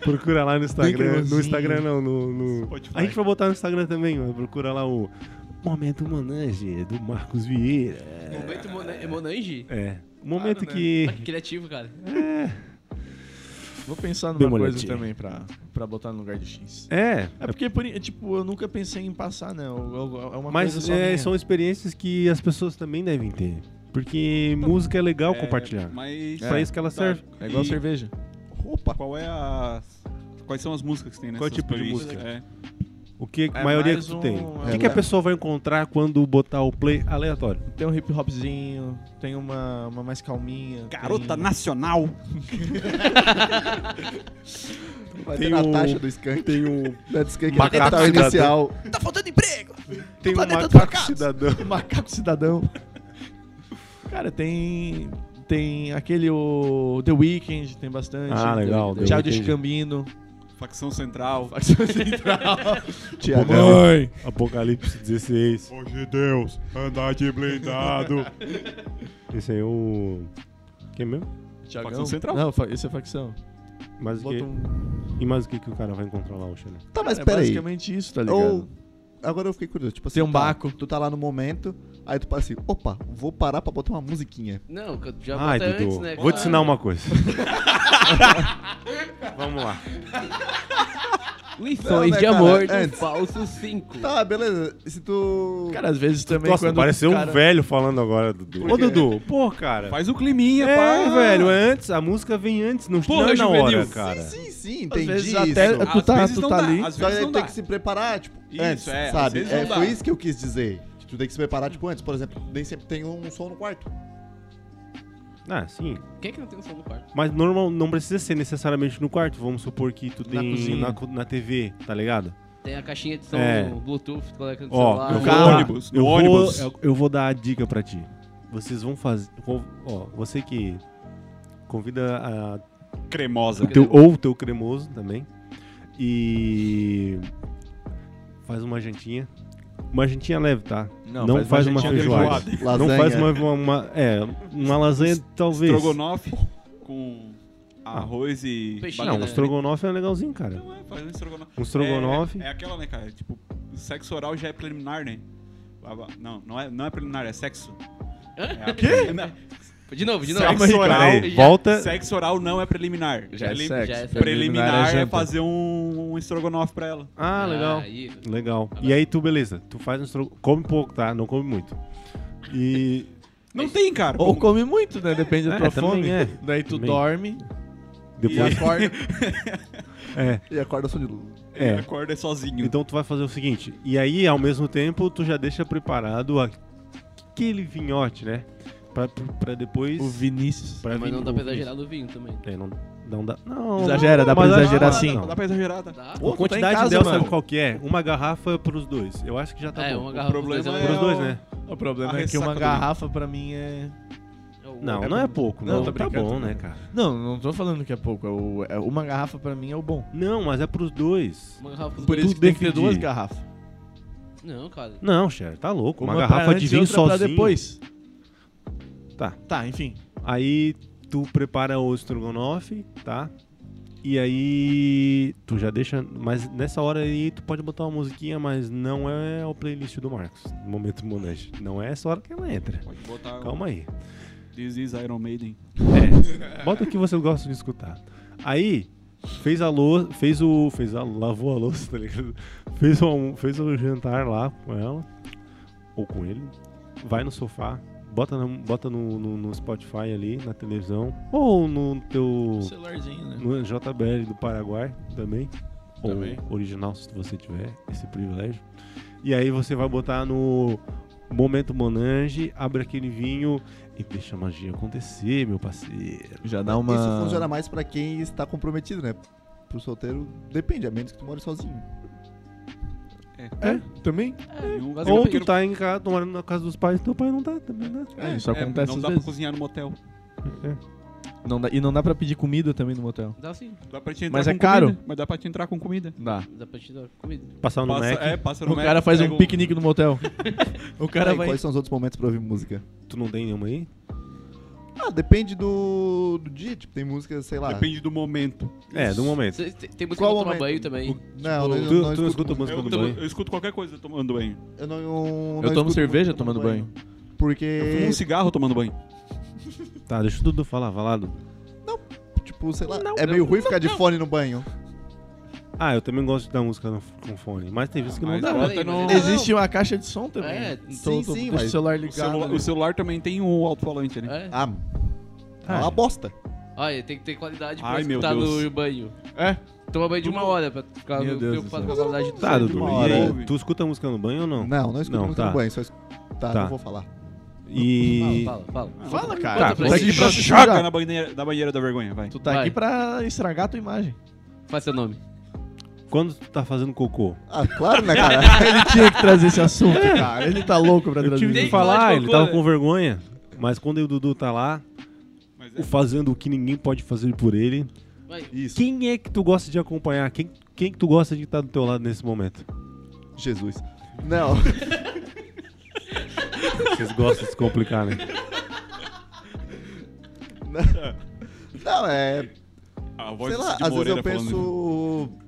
[SPEAKER 1] procura lá no Instagram. No
[SPEAKER 4] Microzinho.
[SPEAKER 1] Instagram não, no, no-
[SPEAKER 2] Spotify.
[SPEAKER 1] A gente vai botar no Instagram também, mas procura lá o Momento Monange do Marcos Vieira.
[SPEAKER 3] Momento Mona- é Monange?
[SPEAKER 1] É. O momento
[SPEAKER 4] né?
[SPEAKER 1] que.
[SPEAKER 3] Ah, que criativo, cara.
[SPEAKER 4] Vou pensar
[SPEAKER 1] Dê
[SPEAKER 4] numa
[SPEAKER 1] uma
[SPEAKER 4] coisa
[SPEAKER 1] olhadinha.
[SPEAKER 4] também pra, pra botar no lugar de X.
[SPEAKER 1] É. é
[SPEAKER 4] É porque, por i- tipo, eu nunca pensei em passar, né? Eu- eu- eu- É uma coisa
[SPEAKER 1] mas
[SPEAKER 4] só
[SPEAKER 1] é,
[SPEAKER 4] minha.
[SPEAKER 1] são experiências que as pessoas também devem ter. Porque música é legal
[SPEAKER 2] É,
[SPEAKER 1] compartilhar.
[SPEAKER 2] Mas
[SPEAKER 1] Pra isso que ela
[SPEAKER 2] Tá.
[SPEAKER 1] serve.
[SPEAKER 4] É igual
[SPEAKER 2] E-
[SPEAKER 4] cerveja.
[SPEAKER 2] Opa, qual é a. Quais são as músicas que tem nessa
[SPEAKER 1] Qual tipo de música?
[SPEAKER 2] É.
[SPEAKER 1] O que a
[SPEAKER 4] É
[SPEAKER 1] maioria que
[SPEAKER 4] mais
[SPEAKER 1] tu
[SPEAKER 4] um-
[SPEAKER 1] tem? o que,
[SPEAKER 5] é
[SPEAKER 1] que a
[SPEAKER 5] um-
[SPEAKER 1] pessoa vai encontrar quando botar o play aleatório?
[SPEAKER 4] Tem um hip hopzinho, tem uma, uma mais calminha.
[SPEAKER 2] Garota
[SPEAKER 4] tem...
[SPEAKER 2] Nacional.
[SPEAKER 5] Vai
[SPEAKER 1] Tem
[SPEAKER 5] ter
[SPEAKER 1] o-
[SPEAKER 5] na taxa do Skank.
[SPEAKER 1] Tem o
[SPEAKER 5] Da do Skank,
[SPEAKER 1] Macaco
[SPEAKER 5] um capital
[SPEAKER 1] cidadão.
[SPEAKER 5] inicial.
[SPEAKER 1] tem o
[SPEAKER 4] Planeta
[SPEAKER 1] macaco cidadão.
[SPEAKER 4] Macaco um Cidadão. Cara, tem. Tem aquele o The Weeknd, tem bastante.
[SPEAKER 1] Ah, legal, The
[SPEAKER 4] Thiago
[SPEAKER 1] Weeknd.
[SPEAKER 4] Escambino.
[SPEAKER 2] Facção Central.
[SPEAKER 4] Facção Central.
[SPEAKER 5] Tiagão.
[SPEAKER 1] Apocalipse 16.
[SPEAKER 6] Hoje Deus, andar de blindado.
[SPEAKER 1] Esse aí é o. Quem mesmo?
[SPEAKER 4] Thiagão.
[SPEAKER 2] Facção Central.
[SPEAKER 4] Não, fa- isso é facção.
[SPEAKER 1] Mas o
[SPEAKER 4] Bota
[SPEAKER 1] que...
[SPEAKER 4] um...
[SPEAKER 1] E mais o que, que o cara vai encontrar lá, o Xander?
[SPEAKER 5] Tá, mas
[SPEAKER 4] é
[SPEAKER 5] peraí.
[SPEAKER 4] basicamente isso, tá ligado?
[SPEAKER 5] Ou. Agora eu fiquei curioso. Tipo assim,
[SPEAKER 4] Tem um
[SPEAKER 5] tá,
[SPEAKER 4] Baco.
[SPEAKER 5] Tu tá lá no momento, aí tu passa assim, opa, vou parar pra botar uma musiquinha.
[SPEAKER 3] Não, que eu já
[SPEAKER 1] Ai,
[SPEAKER 3] bota antes,
[SPEAKER 1] Dudu,
[SPEAKER 3] né?
[SPEAKER 1] vou te
[SPEAKER 3] cara?
[SPEAKER 1] ensinar um uma coisa. Vamos lá.
[SPEAKER 3] Lições
[SPEAKER 5] Não, né,
[SPEAKER 3] de
[SPEAKER 5] cara?
[SPEAKER 3] amor do
[SPEAKER 5] Antes.
[SPEAKER 3] falso 5.
[SPEAKER 5] Tá, beleza. Se tu.
[SPEAKER 4] Cara, às vezes também
[SPEAKER 1] Nossa,
[SPEAKER 4] quando.
[SPEAKER 1] pareceu
[SPEAKER 4] o cara...
[SPEAKER 1] um velho falando agora, Dudu.
[SPEAKER 5] Por
[SPEAKER 1] Ô,
[SPEAKER 5] quê?
[SPEAKER 1] Dudu, pô, cara.
[SPEAKER 2] Faz o climinha,
[SPEAKER 1] É,
[SPEAKER 2] pá. ah.
[SPEAKER 1] velho, é antes, a música vem antes, não
[SPEAKER 2] Porra,
[SPEAKER 1] não é na
[SPEAKER 2] juvenil.
[SPEAKER 1] hora, cara.
[SPEAKER 5] Sim, sim, entendi.
[SPEAKER 4] vezes
[SPEAKER 5] isso.
[SPEAKER 4] até-
[SPEAKER 5] Só
[SPEAKER 4] Tu
[SPEAKER 2] Às
[SPEAKER 4] tá-
[SPEAKER 2] vezes
[SPEAKER 4] tu
[SPEAKER 2] não
[SPEAKER 4] tá
[SPEAKER 2] dá,
[SPEAKER 4] ali.
[SPEAKER 2] Às
[SPEAKER 5] que
[SPEAKER 2] vezes
[SPEAKER 5] aí
[SPEAKER 2] não
[SPEAKER 5] tem
[SPEAKER 2] dá.
[SPEAKER 5] que se preparar, tipo,
[SPEAKER 2] Isso,
[SPEAKER 5] antes,
[SPEAKER 2] é, às
[SPEAKER 5] sabe?
[SPEAKER 2] vezes
[SPEAKER 5] É,
[SPEAKER 2] não
[SPEAKER 5] foi
[SPEAKER 2] dá.
[SPEAKER 5] isso que eu quis dizer. Que tu tem que se preparar, tipo, antes. Por exemplo, nem sempre tem um som no quarto.
[SPEAKER 1] Ah, sim.
[SPEAKER 3] Quem é que não tem um som no quarto?
[SPEAKER 1] Mas normal, não precisa ser necessariamente no quarto. Vamos supor que tu tem
[SPEAKER 4] cozinha.
[SPEAKER 1] na, co- na TV, tá ligado?
[SPEAKER 3] Tem a caixinha de som
[SPEAKER 1] É.
[SPEAKER 3] Bluetooth, tu coloca no
[SPEAKER 1] Ó,
[SPEAKER 3] é celular.
[SPEAKER 1] eu vou,
[SPEAKER 4] carro.
[SPEAKER 2] ônibus, no
[SPEAKER 1] eu,
[SPEAKER 2] ônibus.
[SPEAKER 1] Vou, eu vou dar a dica pra ti. Vocês vão fazer. com- Ó, você que convida a
[SPEAKER 2] Cremosa.
[SPEAKER 1] o teu, ou o teu cremoso também. E faz uma jantinha. Uma jantinha leve, tá?
[SPEAKER 4] Não,
[SPEAKER 1] Não
[SPEAKER 4] faz
[SPEAKER 1] faz
[SPEAKER 4] uma
[SPEAKER 1] uma
[SPEAKER 4] jantinha
[SPEAKER 1] feijoada.
[SPEAKER 5] Lasanha.
[SPEAKER 1] Não faz uma, uma, uma- É, uma lasanha talvez.
[SPEAKER 2] Estrogonofe com
[SPEAKER 4] Ah.
[SPEAKER 2] arroz e...
[SPEAKER 3] Peixe.
[SPEAKER 1] Não,
[SPEAKER 2] batata
[SPEAKER 1] um
[SPEAKER 3] né?
[SPEAKER 1] estrogonofe é legalzinho, cara.
[SPEAKER 2] Não é, faz um estrogonofe.
[SPEAKER 1] Um estrogonofe.
[SPEAKER 2] É, é aquela, né, cara? Tipo, o sexo oral já é preliminar, né? Não, não é, não é preliminar, é sexo. É a- Não,
[SPEAKER 3] De novo, de novo.
[SPEAKER 2] Calma aí,
[SPEAKER 3] Sexo
[SPEAKER 2] cara.
[SPEAKER 3] oral.
[SPEAKER 1] Peraí,
[SPEAKER 3] Já-
[SPEAKER 1] volta.
[SPEAKER 2] Sexo oral não é preliminar.
[SPEAKER 4] Já é
[SPEAKER 2] Preli-
[SPEAKER 4] sexo.
[SPEAKER 3] já é sexo.
[SPEAKER 2] Preliminar é
[SPEAKER 4] janta.
[SPEAKER 2] fazer um, um estrogonofe pra ela.
[SPEAKER 1] Ah, legal.
[SPEAKER 3] Aí,
[SPEAKER 1] Legal. E aí tu, beleza, tu faz um estrogonofe. Come pouco, tá? Não come muito. E.
[SPEAKER 2] Não tem, cara.
[SPEAKER 4] Ou
[SPEAKER 2] Como-
[SPEAKER 4] come muito, né? Depende da
[SPEAKER 1] É,
[SPEAKER 4] tua
[SPEAKER 1] também
[SPEAKER 4] fome.
[SPEAKER 1] é.
[SPEAKER 4] Daí tu
[SPEAKER 1] Também.
[SPEAKER 4] dorme e
[SPEAKER 1] Depois.
[SPEAKER 4] acorda.
[SPEAKER 1] É,
[SPEAKER 5] E acorda só de luz.
[SPEAKER 1] é.
[SPEAKER 2] Acorda sozinho.
[SPEAKER 1] Então tu vai fazer o seguinte. E aí, ao mesmo tempo, tu já deixa preparado a- aquele vinhote, né? Pra, pra depois.
[SPEAKER 4] o Vinícius.
[SPEAKER 1] pra
[SPEAKER 3] mas
[SPEAKER 1] vin-
[SPEAKER 3] não dá
[SPEAKER 1] o
[SPEAKER 3] pra
[SPEAKER 1] vinho.
[SPEAKER 3] exagerar no vinho também. tá?
[SPEAKER 1] É, não, não dá. Não.
[SPEAKER 4] Exagera, dá pra
[SPEAKER 1] mas acho-
[SPEAKER 4] exagerar
[SPEAKER 1] não,
[SPEAKER 4] sim.
[SPEAKER 1] não,
[SPEAKER 2] Dá pra exagerar, tá?
[SPEAKER 3] Tá?
[SPEAKER 1] A quantidade
[SPEAKER 4] tá em casa,
[SPEAKER 1] dela
[SPEAKER 4] mano.
[SPEAKER 1] sabe qual que é? Uma garrafa é pros dois. Eu acho que já tá
[SPEAKER 3] é,
[SPEAKER 1] bom.
[SPEAKER 3] uma garrafa.
[SPEAKER 2] problema
[SPEAKER 3] dois,
[SPEAKER 2] é
[SPEAKER 1] Pros
[SPEAKER 2] o-
[SPEAKER 1] dois, né?
[SPEAKER 4] O problema
[SPEAKER 2] A
[SPEAKER 4] é que uma
[SPEAKER 2] ressaca do
[SPEAKER 4] garrafa pra mim é.
[SPEAKER 3] É o-
[SPEAKER 1] Não, não é pouco,
[SPEAKER 4] Não,
[SPEAKER 1] não.
[SPEAKER 4] tô
[SPEAKER 1] tá
[SPEAKER 4] brincando,
[SPEAKER 1] bom,
[SPEAKER 4] tô
[SPEAKER 1] né,
[SPEAKER 4] brincando.
[SPEAKER 1] cara?
[SPEAKER 4] Não, não tô falando que é pouco. é o- é- uma garrafa pra mim é o bom.
[SPEAKER 1] Não, mas é pros dois.
[SPEAKER 3] Uma garrafa
[SPEAKER 4] Por
[SPEAKER 1] Tu
[SPEAKER 4] isso que tem que ter
[SPEAKER 1] decidir.
[SPEAKER 4] duas garrafas. é
[SPEAKER 3] Não, cara.
[SPEAKER 1] Não, Cher, tá louco. Uma,
[SPEAKER 4] pra
[SPEAKER 1] garrafa de
[SPEAKER 4] antes e
[SPEAKER 1] vinho
[SPEAKER 4] outra pra
[SPEAKER 1] sozinho.
[SPEAKER 4] depois.
[SPEAKER 1] Tá.
[SPEAKER 4] Tá, enfim.
[SPEAKER 1] Aí tu prepara o estrogonofe, tá? E aí tu já deixa, mas nessa hora aí tu pode botar uma musiquinha, mas não é o playlist do Marcos. no Momento Monange. Não é essa hora que ela entra.
[SPEAKER 2] Pode botar
[SPEAKER 1] Calma aí.
[SPEAKER 2] This is Iron Maiden.
[SPEAKER 1] Bota o que você gosta de escutar. Aí, fez a louça, fez o. Fez a. Lavou a louça, tá ligado? Fez o, almo- fez o jantar lá com ela. Ou com ele. Vai no sofá. Bota, na- bota no, no- no Spotify ali, na televisão. Ou no teu.
[SPEAKER 4] celularzinho, né?
[SPEAKER 1] No JBL do Paraguai também. Ou
[SPEAKER 4] Também.
[SPEAKER 1] original, se você tiver esse privilégio. E aí você vai botar no Momento Monange, abre aquele vinho e deixa a magia acontecer, meu parceiro.
[SPEAKER 4] Já dá uma.
[SPEAKER 5] Isso funciona mais pra quem está comprometido, né? Pro solteiro, depende, a menos que tu more sozinho.
[SPEAKER 4] É, também?
[SPEAKER 3] É,
[SPEAKER 2] um-
[SPEAKER 3] mas eu
[SPEAKER 1] Ou
[SPEAKER 3] quero-
[SPEAKER 1] tu tá em casa, tu mora na casa dos pais, teu pai não tá, também dá.
[SPEAKER 4] É, isso acontece
[SPEAKER 2] não
[SPEAKER 4] às
[SPEAKER 2] dá
[SPEAKER 4] vezes.
[SPEAKER 2] pra cozinhar no motel.
[SPEAKER 4] Não dá- e não dá pra pedir comida também no motel.
[SPEAKER 3] Dá sim,
[SPEAKER 2] Dá pra te entrar
[SPEAKER 4] Mas
[SPEAKER 2] com
[SPEAKER 4] é caro.
[SPEAKER 2] comida, Mas dá pra te entrar com comida.
[SPEAKER 4] Dá.
[SPEAKER 3] dá pra te dar comida.
[SPEAKER 1] Passar no
[SPEAKER 2] Passa-
[SPEAKER 1] Mac,
[SPEAKER 2] é, passa no
[SPEAKER 4] O
[SPEAKER 2] Mac,
[SPEAKER 4] cara faz
[SPEAKER 2] pega
[SPEAKER 4] um piquenique no motel. O cara
[SPEAKER 5] Aí,
[SPEAKER 4] vai.
[SPEAKER 5] Quais são os outros momentos pra ouvir música?
[SPEAKER 1] tu não tem nenhuma aí?
[SPEAKER 5] Ah, depende do, do dia, tipo, tem música, sei lá.
[SPEAKER 2] um- Depende do momento.
[SPEAKER 1] É, do momento.
[SPEAKER 3] Cê- Tem, tem música
[SPEAKER 5] Qual
[SPEAKER 3] pra tomar
[SPEAKER 5] momento?
[SPEAKER 3] banho também.
[SPEAKER 5] Não,
[SPEAKER 1] Tu,
[SPEAKER 5] eu
[SPEAKER 1] tu
[SPEAKER 5] não
[SPEAKER 1] não
[SPEAKER 5] escuto
[SPEAKER 1] escuta música
[SPEAKER 2] Eu,
[SPEAKER 1] no
[SPEAKER 2] tomo-
[SPEAKER 1] banho?
[SPEAKER 2] eu escuto qualquer coisa tomando banho.
[SPEAKER 5] Eu não. Eu,
[SPEAKER 4] Eu tomo cerveja tomando
[SPEAKER 2] Eu fumo
[SPEAKER 5] Porque.
[SPEAKER 2] um cigarro tomando banho.
[SPEAKER 1] Tá, deixa o Dudu falar, vai lá, Dudu.
[SPEAKER 5] Tipo, sei lá. é meio ruim ficar de fone no banho.
[SPEAKER 1] Ah, eu também gosto de dar música no- com fone, mas tem vezes que não
[SPEAKER 2] mas é
[SPEAKER 1] dá. né?
[SPEAKER 3] Não,
[SPEAKER 2] bota
[SPEAKER 3] peraí,
[SPEAKER 2] no-
[SPEAKER 3] mas ele-
[SPEAKER 4] Existe uma caixa de som também.
[SPEAKER 3] É,
[SPEAKER 5] sim, sim,
[SPEAKER 4] deixa
[SPEAKER 5] mas
[SPEAKER 4] o celular
[SPEAKER 2] O,
[SPEAKER 4] ligado.
[SPEAKER 2] celula- né? o celular também tem um alto-falante ali.
[SPEAKER 3] É.
[SPEAKER 5] Ah,
[SPEAKER 1] Ah,
[SPEAKER 5] é uma bosta.
[SPEAKER 3] Olha, tem que ter qualidade pra
[SPEAKER 2] Ai, meu
[SPEAKER 3] escutar
[SPEAKER 2] Deus.
[SPEAKER 3] no banho.
[SPEAKER 4] É.
[SPEAKER 3] Toma banho de uma hora pra ficar
[SPEAKER 4] Meu Deus do
[SPEAKER 3] preocupado com
[SPEAKER 4] céu.
[SPEAKER 3] a qualidade do
[SPEAKER 1] Tá,
[SPEAKER 3] som.
[SPEAKER 1] Dudu,
[SPEAKER 2] uma
[SPEAKER 1] e aí,
[SPEAKER 2] hora.
[SPEAKER 1] tu escuta música no banho ou não?
[SPEAKER 5] Não, não escuto
[SPEAKER 1] Não,
[SPEAKER 5] música
[SPEAKER 1] tá.
[SPEAKER 5] no banho, só escuto. Tá,
[SPEAKER 1] Tá.
[SPEAKER 5] não vou falar.
[SPEAKER 1] E...
[SPEAKER 3] Fala, fala. fala.
[SPEAKER 4] Fala,
[SPEAKER 2] Ah,
[SPEAKER 1] Tá,
[SPEAKER 4] cara.
[SPEAKER 3] conta
[SPEAKER 4] tu, tá
[SPEAKER 3] pra
[SPEAKER 4] aqui
[SPEAKER 3] gente.
[SPEAKER 4] pra...
[SPEAKER 2] Se joga na banheira, na banheira da vergonha, vai.
[SPEAKER 4] tu tá
[SPEAKER 3] Vai.
[SPEAKER 4] aqui pra estragar a tua imagem.
[SPEAKER 3] Faz seu nome.
[SPEAKER 1] Quando tu tá fazendo cocô?
[SPEAKER 5] Ah, claro, né, cara?
[SPEAKER 4] Ele tinha que trazer esse assunto, cara. Ele tá louco pra
[SPEAKER 1] Eu
[SPEAKER 4] trazer
[SPEAKER 1] tive
[SPEAKER 4] isso.
[SPEAKER 1] que
[SPEAKER 3] que falar de
[SPEAKER 1] falar, ele
[SPEAKER 3] cocô,
[SPEAKER 1] tava
[SPEAKER 3] né?
[SPEAKER 1] com vergonha. Mas quando o Dudu tá lá,
[SPEAKER 2] Mas
[SPEAKER 1] o
[SPEAKER 2] é,
[SPEAKER 1] fazendo o que ninguém pode fazer por ele.
[SPEAKER 3] Vai.
[SPEAKER 5] Isso.
[SPEAKER 1] Quem é que tu gosta de acompanhar? Quem, quem que tu gosta de estar do teu lado nesse momento?
[SPEAKER 5] Jesus. Não.
[SPEAKER 1] Vocês gostam de se complicar, né?
[SPEAKER 5] Não, é.
[SPEAKER 2] a voz
[SPEAKER 5] sei
[SPEAKER 2] do
[SPEAKER 5] lá,
[SPEAKER 2] Cid
[SPEAKER 5] às vezes
[SPEAKER 2] Moreira
[SPEAKER 5] eu
[SPEAKER 2] falando isso.
[SPEAKER 5] penso.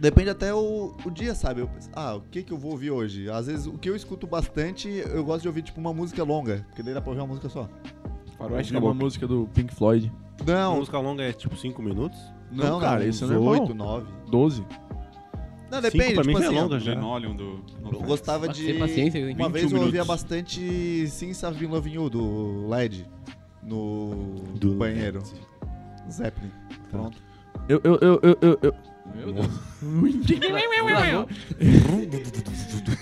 [SPEAKER 5] Depende até o, o dia, sabe? Eu penso, ah, o que que eu vou ouvir hoje? Às vezes o que eu escuto bastante, eu gosto de ouvir tipo uma música longa, porque daí dá pra ouvir uma música só.
[SPEAKER 2] Faroeste
[SPEAKER 4] é
[SPEAKER 2] na
[SPEAKER 4] uma
[SPEAKER 2] boca.
[SPEAKER 4] música do Pink Floyd.
[SPEAKER 1] A
[SPEAKER 5] Não,
[SPEAKER 1] música longa é tipo 5 minutos?
[SPEAKER 5] não,
[SPEAKER 4] cara, isso é normal.
[SPEAKER 5] 8, 9.
[SPEAKER 4] 12.
[SPEAKER 1] Cinco
[SPEAKER 5] Não, depende,
[SPEAKER 1] pra mim
[SPEAKER 5] tipo
[SPEAKER 1] já é
[SPEAKER 5] assim.
[SPEAKER 1] longa
[SPEAKER 5] ó,
[SPEAKER 1] já.
[SPEAKER 2] Linoleum do...
[SPEAKER 5] Eu gostava
[SPEAKER 3] Mas
[SPEAKER 5] de
[SPEAKER 3] tem paciência, tem
[SPEAKER 5] Uma
[SPEAKER 2] 21
[SPEAKER 5] vez eu ouvia
[SPEAKER 2] minutos.
[SPEAKER 5] bastante Sim Savin Lovin' You do LED no
[SPEAKER 1] Do-
[SPEAKER 5] banheiro. Zeppelin. Pronto.
[SPEAKER 4] Eu, eu, eu, eu, eu, eu,
[SPEAKER 3] Meu Deus. Travou.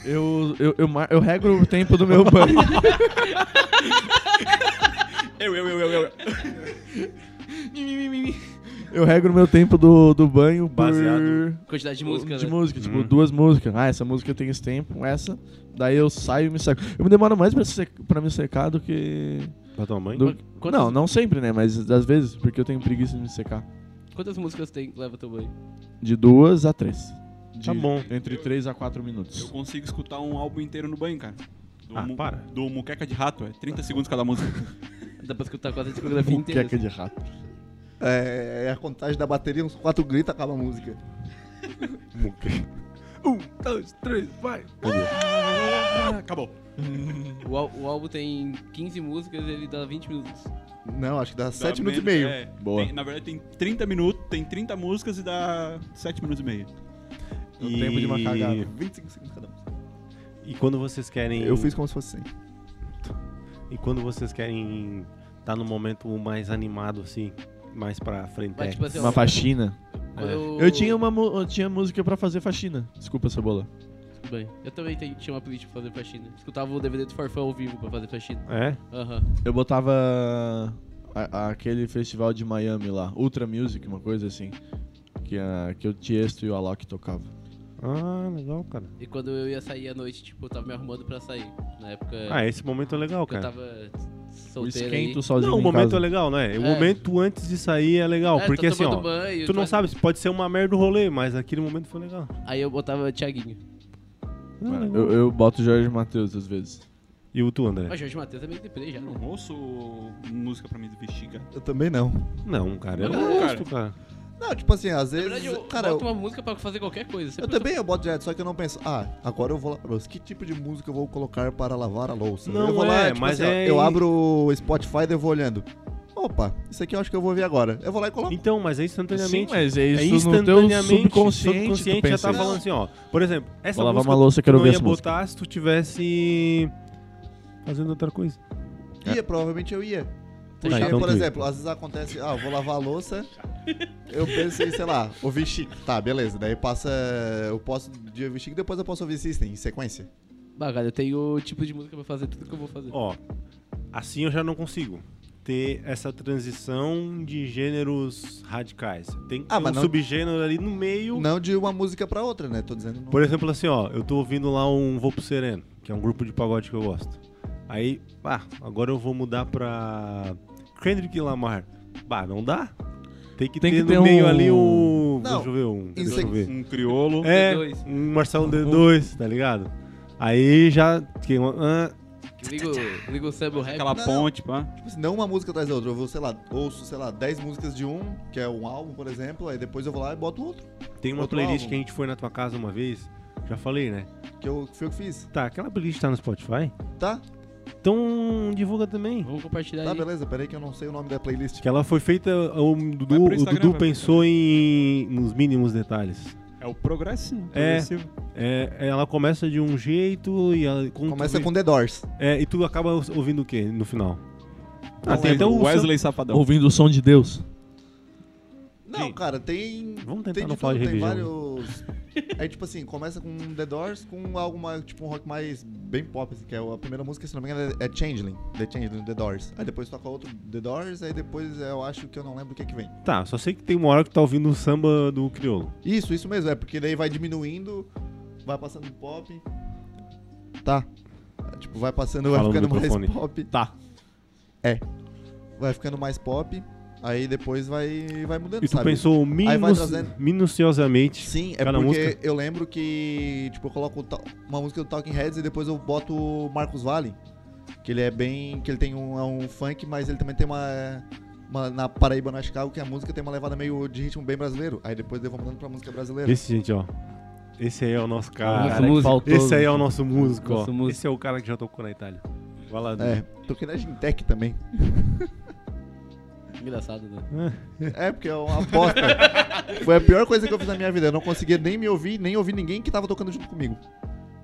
[SPEAKER 4] eu, eu, eu, mar- eu regro o tempo do meu banho.
[SPEAKER 2] Eu, eu, eu, eu, eu.
[SPEAKER 4] Eu regro o meu tempo do, do banho por...
[SPEAKER 1] Baseado
[SPEAKER 3] Quantidade de música,
[SPEAKER 4] De
[SPEAKER 3] né?
[SPEAKER 4] música, tipo,
[SPEAKER 1] Hum.
[SPEAKER 4] duas músicas. Ah, essa música tem esse tempo, essa. Daí eu saio e me seco. Eu me demoro mais pra, se- pra me secar do que.
[SPEAKER 1] É, Pra tua mãe?
[SPEAKER 4] do-
[SPEAKER 3] Quantas-
[SPEAKER 4] Não, não sempre, né? Mas às vezes, porque eu tenho preguiça de me secar.
[SPEAKER 3] Quantas músicas tem que leva teu banho?
[SPEAKER 4] De duas a três. De-
[SPEAKER 1] Tá bom.
[SPEAKER 4] Entre três a quatro
[SPEAKER 2] Eu
[SPEAKER 4] minutos.
[SPEAKER 2] consigo escutar um álbum inteiro no banho, cara. Do
[SPEAKER 1] Ah, para.
[SPEAKER 2] Do Muqueca de Rato, é 30 segundos cada música.
[SPEAKER 3] Dá pra escutar quase a discografia inteira.
[SPEAKER 4] Muqueca de rato.
[SPEAKER 5] É, é a contagem da bateria, uns quatro gritos, acaba a música.
[SPEAKER 2] Acabou.
[SPEAKER 3] assim. O, al- o álbum tem 15 músicas e ele dá 20 minutos.
[SPEAKER 4] É.
[SPEAKER 5] Não, acho que dá
[SPEAKER 2] Dá
[SPEAKER 5] sete minutos e
[SPEAKER 2] menos-
[SPEAKER 5] meio.
[SPEAKER 2] é,
[SPEAKER 4] Boa.
[SPEAKER 2] tem- na verdade tem 30 minutos, tem 30 músicas e dá 7 minutos e meio.
[SPEAKER 5] O tempo de uma
[SPEAKER 1] E-
[SPEAKER 5] cagada. 25 segundos cada música.
[SPEAKER 1] E quando vocês querem...
[SPEAKER 5] Eu fiz como se fosse assim.
[SPEAKER 1] E quando vocês querem estar tá no momento mais animado, assim, mais pra frente.
[SPEAKER 3] Mas, tipo assim,
[SPEAKER 4] Uma
[SPEAKER 3] ó,
[SPEAKER 4] faxina.
[SPEAKER 3] quando eu...
[SPEAKER 4] Eu tinha um- uma mu- eu tinha música pra fazer faxina. Desculpa, Cebola.
[SPEAKER 3] Tudo Bem, eu também te- tinha uma política pra fazer faxina. Escutava o DVD do Farfão ao vivo pra fazer faxina.
[SPEAKER 1] É?
[SPEAKER 3] Aham.
[SPEAKER 4] Eu botava a- aquele festival de Miami lá, Ultra Music, uma coisa assim. Que, a, que o Tiesto e o Alok tocavam.
[SPEAKER 1] Ah, legal, cara.
[SPEAKER 3] E quando eu ia sair à noite, tipo, eu tava me arrumando pra sair. Na época
[SPEAKER 1] Ah, esse momento é legal,
[SPEAKER 3] que eu
[SPEAKER 1] cara. é
[SPEAKER 3] tava
[SPEAKER 4] O
[SPEAKER 3] solteiro aí.
[SPEAKER 4] esquento sozinho
[SPEAKER 1] Não, o
[SPEAKER 4] em
[SPEAKER 1] momento
[SPEAKER 4] casa.
[SPEAKER 1] é legal, né? O
[SPEAKER 3] É.
[SPEAKER 1] momento antes de sair é legal,
[SPEAKER 3] É, tô
[SPEAKER 1] porque assim,
[SPEAKER 3] tomando
[SPEAKER 1] ó,
[SPEAKER 3] banho,
[SPEAKER 1] tu não
[SPEAKER 3] tô-
[SPEAKER 1] sabe, pode ser uma merda o rolê, mas aquele momento foi legal.
[SPEAKER 4] Ah,
[SPEAKER 3] Aí eu botava Thiaguinho.
[SPEAKER 1] Ah, legal.
[SPEAKER 4] Eu, eu boto Jorge Matheus às vezes.
[SPEAKER 1] E o tu, André?
[SPEAKER 3] Mas Jorge Matheus é meio deprê já,
[SPEAKER 2] No
[SPEAKER 3] não.
[SPEAKER 2] rosto ou música pra me vestir, cara?
[SPEAKER 5] Eu também não.
[SPEAKER 1] Não, cara, eu
[SPEAKER 3] Não,
[SPEAKER 1] não
[SPEAKER 2] cara.
[SPEAKER 1] gosto, cara.
[SPEAKER 5] Não, tipo assim, às
[SPEAKER 3] Na
[SPEAKER 5] vezes.
[SPEAKER 3] verdade, eu
[SPEAKER 5] cara, eu,
[SPEAKER 3] boto uma música pra fazer qualquer coisa. Você
[SPEAKER 5] eu
[SPEAKER 3] põe-
[SPEAKER 5] também eu boto direto, só que eu não penso, ah, agora eu vou lá. Deus, Que tipo de música eu vou colocar para lavar a louça?
[SPEAKER 1] Não
[SPEAKER 5] eu vou
[SPEAKER 1] é,
[SPEAKER 5] lá, tipo
[SPEAKER 1] mas
[SPEAKER 5] assim, ó,
[SPEAKER 1] é-
[SPEAKER 5] eu abro o Spotify e eu vou olhando. Opa, isso aqui eu acho que eu vou ver agora. Eu vou lá e coloco.
[SPEAKER 1] Então, mas é
[SPEAKER 4] Sim,
[SPEAKER 1] instantaneamente.
[SPEAKER 4] mas é
[SPEAKER 1] É
[SPEAKER 4] isso no teu
[SPEAKER 1] instantaneamente,
[SPEAKER 4] subconsciente, tu
[SPEAKER 1] subconsciente já
[SPEAKER 4] pensa
[SPEAKER 1] tá
[SPEAKER 4] isso.
[SPEAKER 1] falando assim, ó. Por exemplo, essa
[SPEAKER 4] Vou lavar
[SPEAKER 1] música
[SPEAKER 4] uma louça,
[SPEAKER 1] tu
[SPEAKER 4] quero
[SPEAKER 1] não
[SPEAKER 4] ver
[SPEAKER 1] ia
[SPEAKER 4] essa música.
[SPEAKER 1] botar se tu tivesse fazendo outra coisa.
[SPEAKER 5] Ia, provavelmente eu ia.
[SPEAKER 1] Tá,
[SPEAKER 5] Porque,
[SPEAKER 1] então
[SPEAKER 5] por
[SPEAKER 1] tu ia.
[SPEAKER 5] exemplo, às vezes acontece, ah, eu vou lavar a louça, eu penso em, sei lá, ouvir Chico. Tá, beleza. Daí passa. Eu posso de ouvir Chico, depois eu posso ouvir System em sequência.
[SPEAKER 3] Bah, cara, eu tenho o tipo de música pra fazer tudo que eu vou fazer.
[SPEAKER 1] Ó, assim eu já não consigo ter essa transição de gêneros radicais. Tem que
[SPEAKER 5] Ah,
[SPEAKER 1] ter um
[SPEAKER 5] mas não-
[SPEAKER 1] subgênero ali no meio.
[SPEAKER 5] Não de uma música pra outra, né? Tô dizendo. não-
[SPEAKER 1] Por exemplo, assim, ó, eu tô ouvindo lá um Vou pro Sereno, que é um grupo de pagode que eu gosto. Aí, ah, agora eu vou mudar pra Kendrick Lamar. Bah, não dá. Tem que
[SPEAKER 4] Tem
[SPEAKER 1] ter
[SPEAKER 4] que
[SPEAKER 1] no
[SPEAKER 4] ter
[SPEAKER 1] meio
[SPEAKER 4] um-
[SPEAKER 1] ali um.
[SPEAKER 5] Não,
[SPEAKER 1] Deixa eu ver um.
[SPEAKER 5] isso
[SPEAKER 1] Deixa eu
[SPEAKER 5] aqui-
[SPEAKER 1] ver.
[SPEAKER 2] Um criolo.
[SPEAKER 1] É,
[SPEAKER 3] D2.
[SPEAKER 1] um Marcelo
[SPEAKER 5] Um
[SPEAKER 1] D2, tá ligado? Aí já. que- ah,
[SPEAKER 3] Ligo, ligo o samba, o rap.
[SPEAKER 2] Aquela
[SPEAKER 5] Não,
[SPEAKER 2] ponte, pá.
[SPEAKER 5] Tipo assim, não uma música atrás da outra. Eu vou, sei lá, ouço, sei lá, 10 músicas de um, que é um álbum, por exemplo, aí depois eu vou lá e boto outro.
[SPEAKER 1] tem uma
[SPEAKER 5] Outro
[SPEAKER 1] playlist
[SPEAKER 5] álbum.
[SPEAKER 1] que a gente foi na tua casa uma vez, já falei, né?
[SPEAKER 5] Que eu, que foi o que fiz.
[SPEAKER 1] Tá, aquela playlist tá no Spotify?
[SPEAKER 5] Tá?
[SPEAKER 1] Então divulga também.
[SPEAKER 3] Vamos compartilhar
[SPEAKER 5] Tá,
[SPEAKER 3] aí.
[SPEAKER 5] beleza. Peraí que eu não sei o nome da playlist.
[SPEAKER 1] Que ela foi feita. O
[SPEAKER 2] Vai
[SPEAKER 1] Dudu,
[SPEAKER 2] pro
[SPEAKER 1] o
[SPEAKER 2] Instagram,
[SPEAKER 1] Dudu
[SPEAKER 2] vai pro
[SPEAKER 1] pensou em, nos mínimos detalhes.
[SPEAKER 2] É o progressivo.
[SPEAKER 1] É.
[SPEAKER 2] progressivo.
[SPEAKER 1] É, ela começa de um jeito e ela. quando tu
[SPEAKER 5] Começa
[SPEAKER 1] vê-
[SPEAKER 5] com The Doors.
[SPEAKER 1] É, e tu acaba ouvindo o que no final? Ah,
[SPEAKER 5] Não,
[SPEAKER 1] tem
[SPEAKER 5] é
[SPEAKER 1] até o.
[SPEAKER 2] Wesley Safadão.
[SPEAKER 4] Ouvindo o som de Deus.
[SPEAKER 5] Não, cara, tem.
[SPEAKER 1] Vamos tentar
[SPEAKER 5] tem de
[SPEAKER 1] não falar
[SPEAKER 5] tudo,
[SPEAKER 1] de
[SPEAKER 5] tem
[SPEAKER 1] religião.
[SPEAKER 5] vários. Aí, tipo assim, começa com The Doors com algo mais, tipo um rock mais bem pop, assim, que é a primeira música, se não me engano, é Changeling. The Changeling, The Doors. Aí depois toca outro The Doors, aí depois eu acho que eu não lembro o que que vem.
[SPEAKER 1] Tá, só sei que tem uma hora que tu tá ouvindo o samba do crioulo.
[SPEAKER 5] Isso, isso mesmo, é porque daí vai diminuindo, vai passando pop. Tá. Tipo, vai passando, vai
[SPEAKER 1] Fala no
[SPEAKER 5] ficando mais
[SPEAKER 1] microfone.
[SPEAKER 5] pop.
[SPEAKER 1] Tá.
[SPEAKER 5] É. Vai ficando mais pop, aí depois vai, vai mudando,
[SPEAKER 1] E tu
[SPEAKER 5] sabe?
[SPEAKER 1] pensou
[SPEAKER 5] Aí vai
[SPEAKER 1] minus,
[SPEAKER 5] trazendo-
[SPEAKER 1] minuciosamente.
[SPEAKER 5] Sim, é
[SPEAKER 1] Cada
[SPEAKER 5] porque
[SPEAKER 1] música?
[SPEAKER 5] eu lembro que, tipo, eu coloco ta- uma música do Talking Heads e depois eu boto o Marcos Valle, que ele é bem, que ele tem um, é um funk, mas ele também tem uma, uma na Paraíba, na Chicago, que a música tem uma levada meio de ritmo bem brasileiro. Aí depois eu vou mudando pra música brasileira.
[SPEAKER 1] Esse, gente, ó. Esse aí é o nosso
[SPEAKER 3] Nosso
[SPEAKER 1] cara.
[SPEAKER 4] que
[SPEAKER 3] músico.
[SPEAKER 4] faltou.
[SPEAKER 1] Esse aí é o nosso músico, ó.
[SPEAKER 3] Nosso músico.
[SPEAKER 1] Esse é o cara que já tocou na Itália. Vai lá,
[SPEAKER 5] É,
[SPEAKER 1] Dudu.
[SPEAKER 5] toquei na Gintec também.
[SPEAKER 3] Engraçado, né?
[SPEAKER 5] É, porque é uma aposta. Foi a pior coisa que eu fiz na minha vida. Eu não conseguia nem me ouvir, nem ouvir ninguém que tava tocando junto comigo.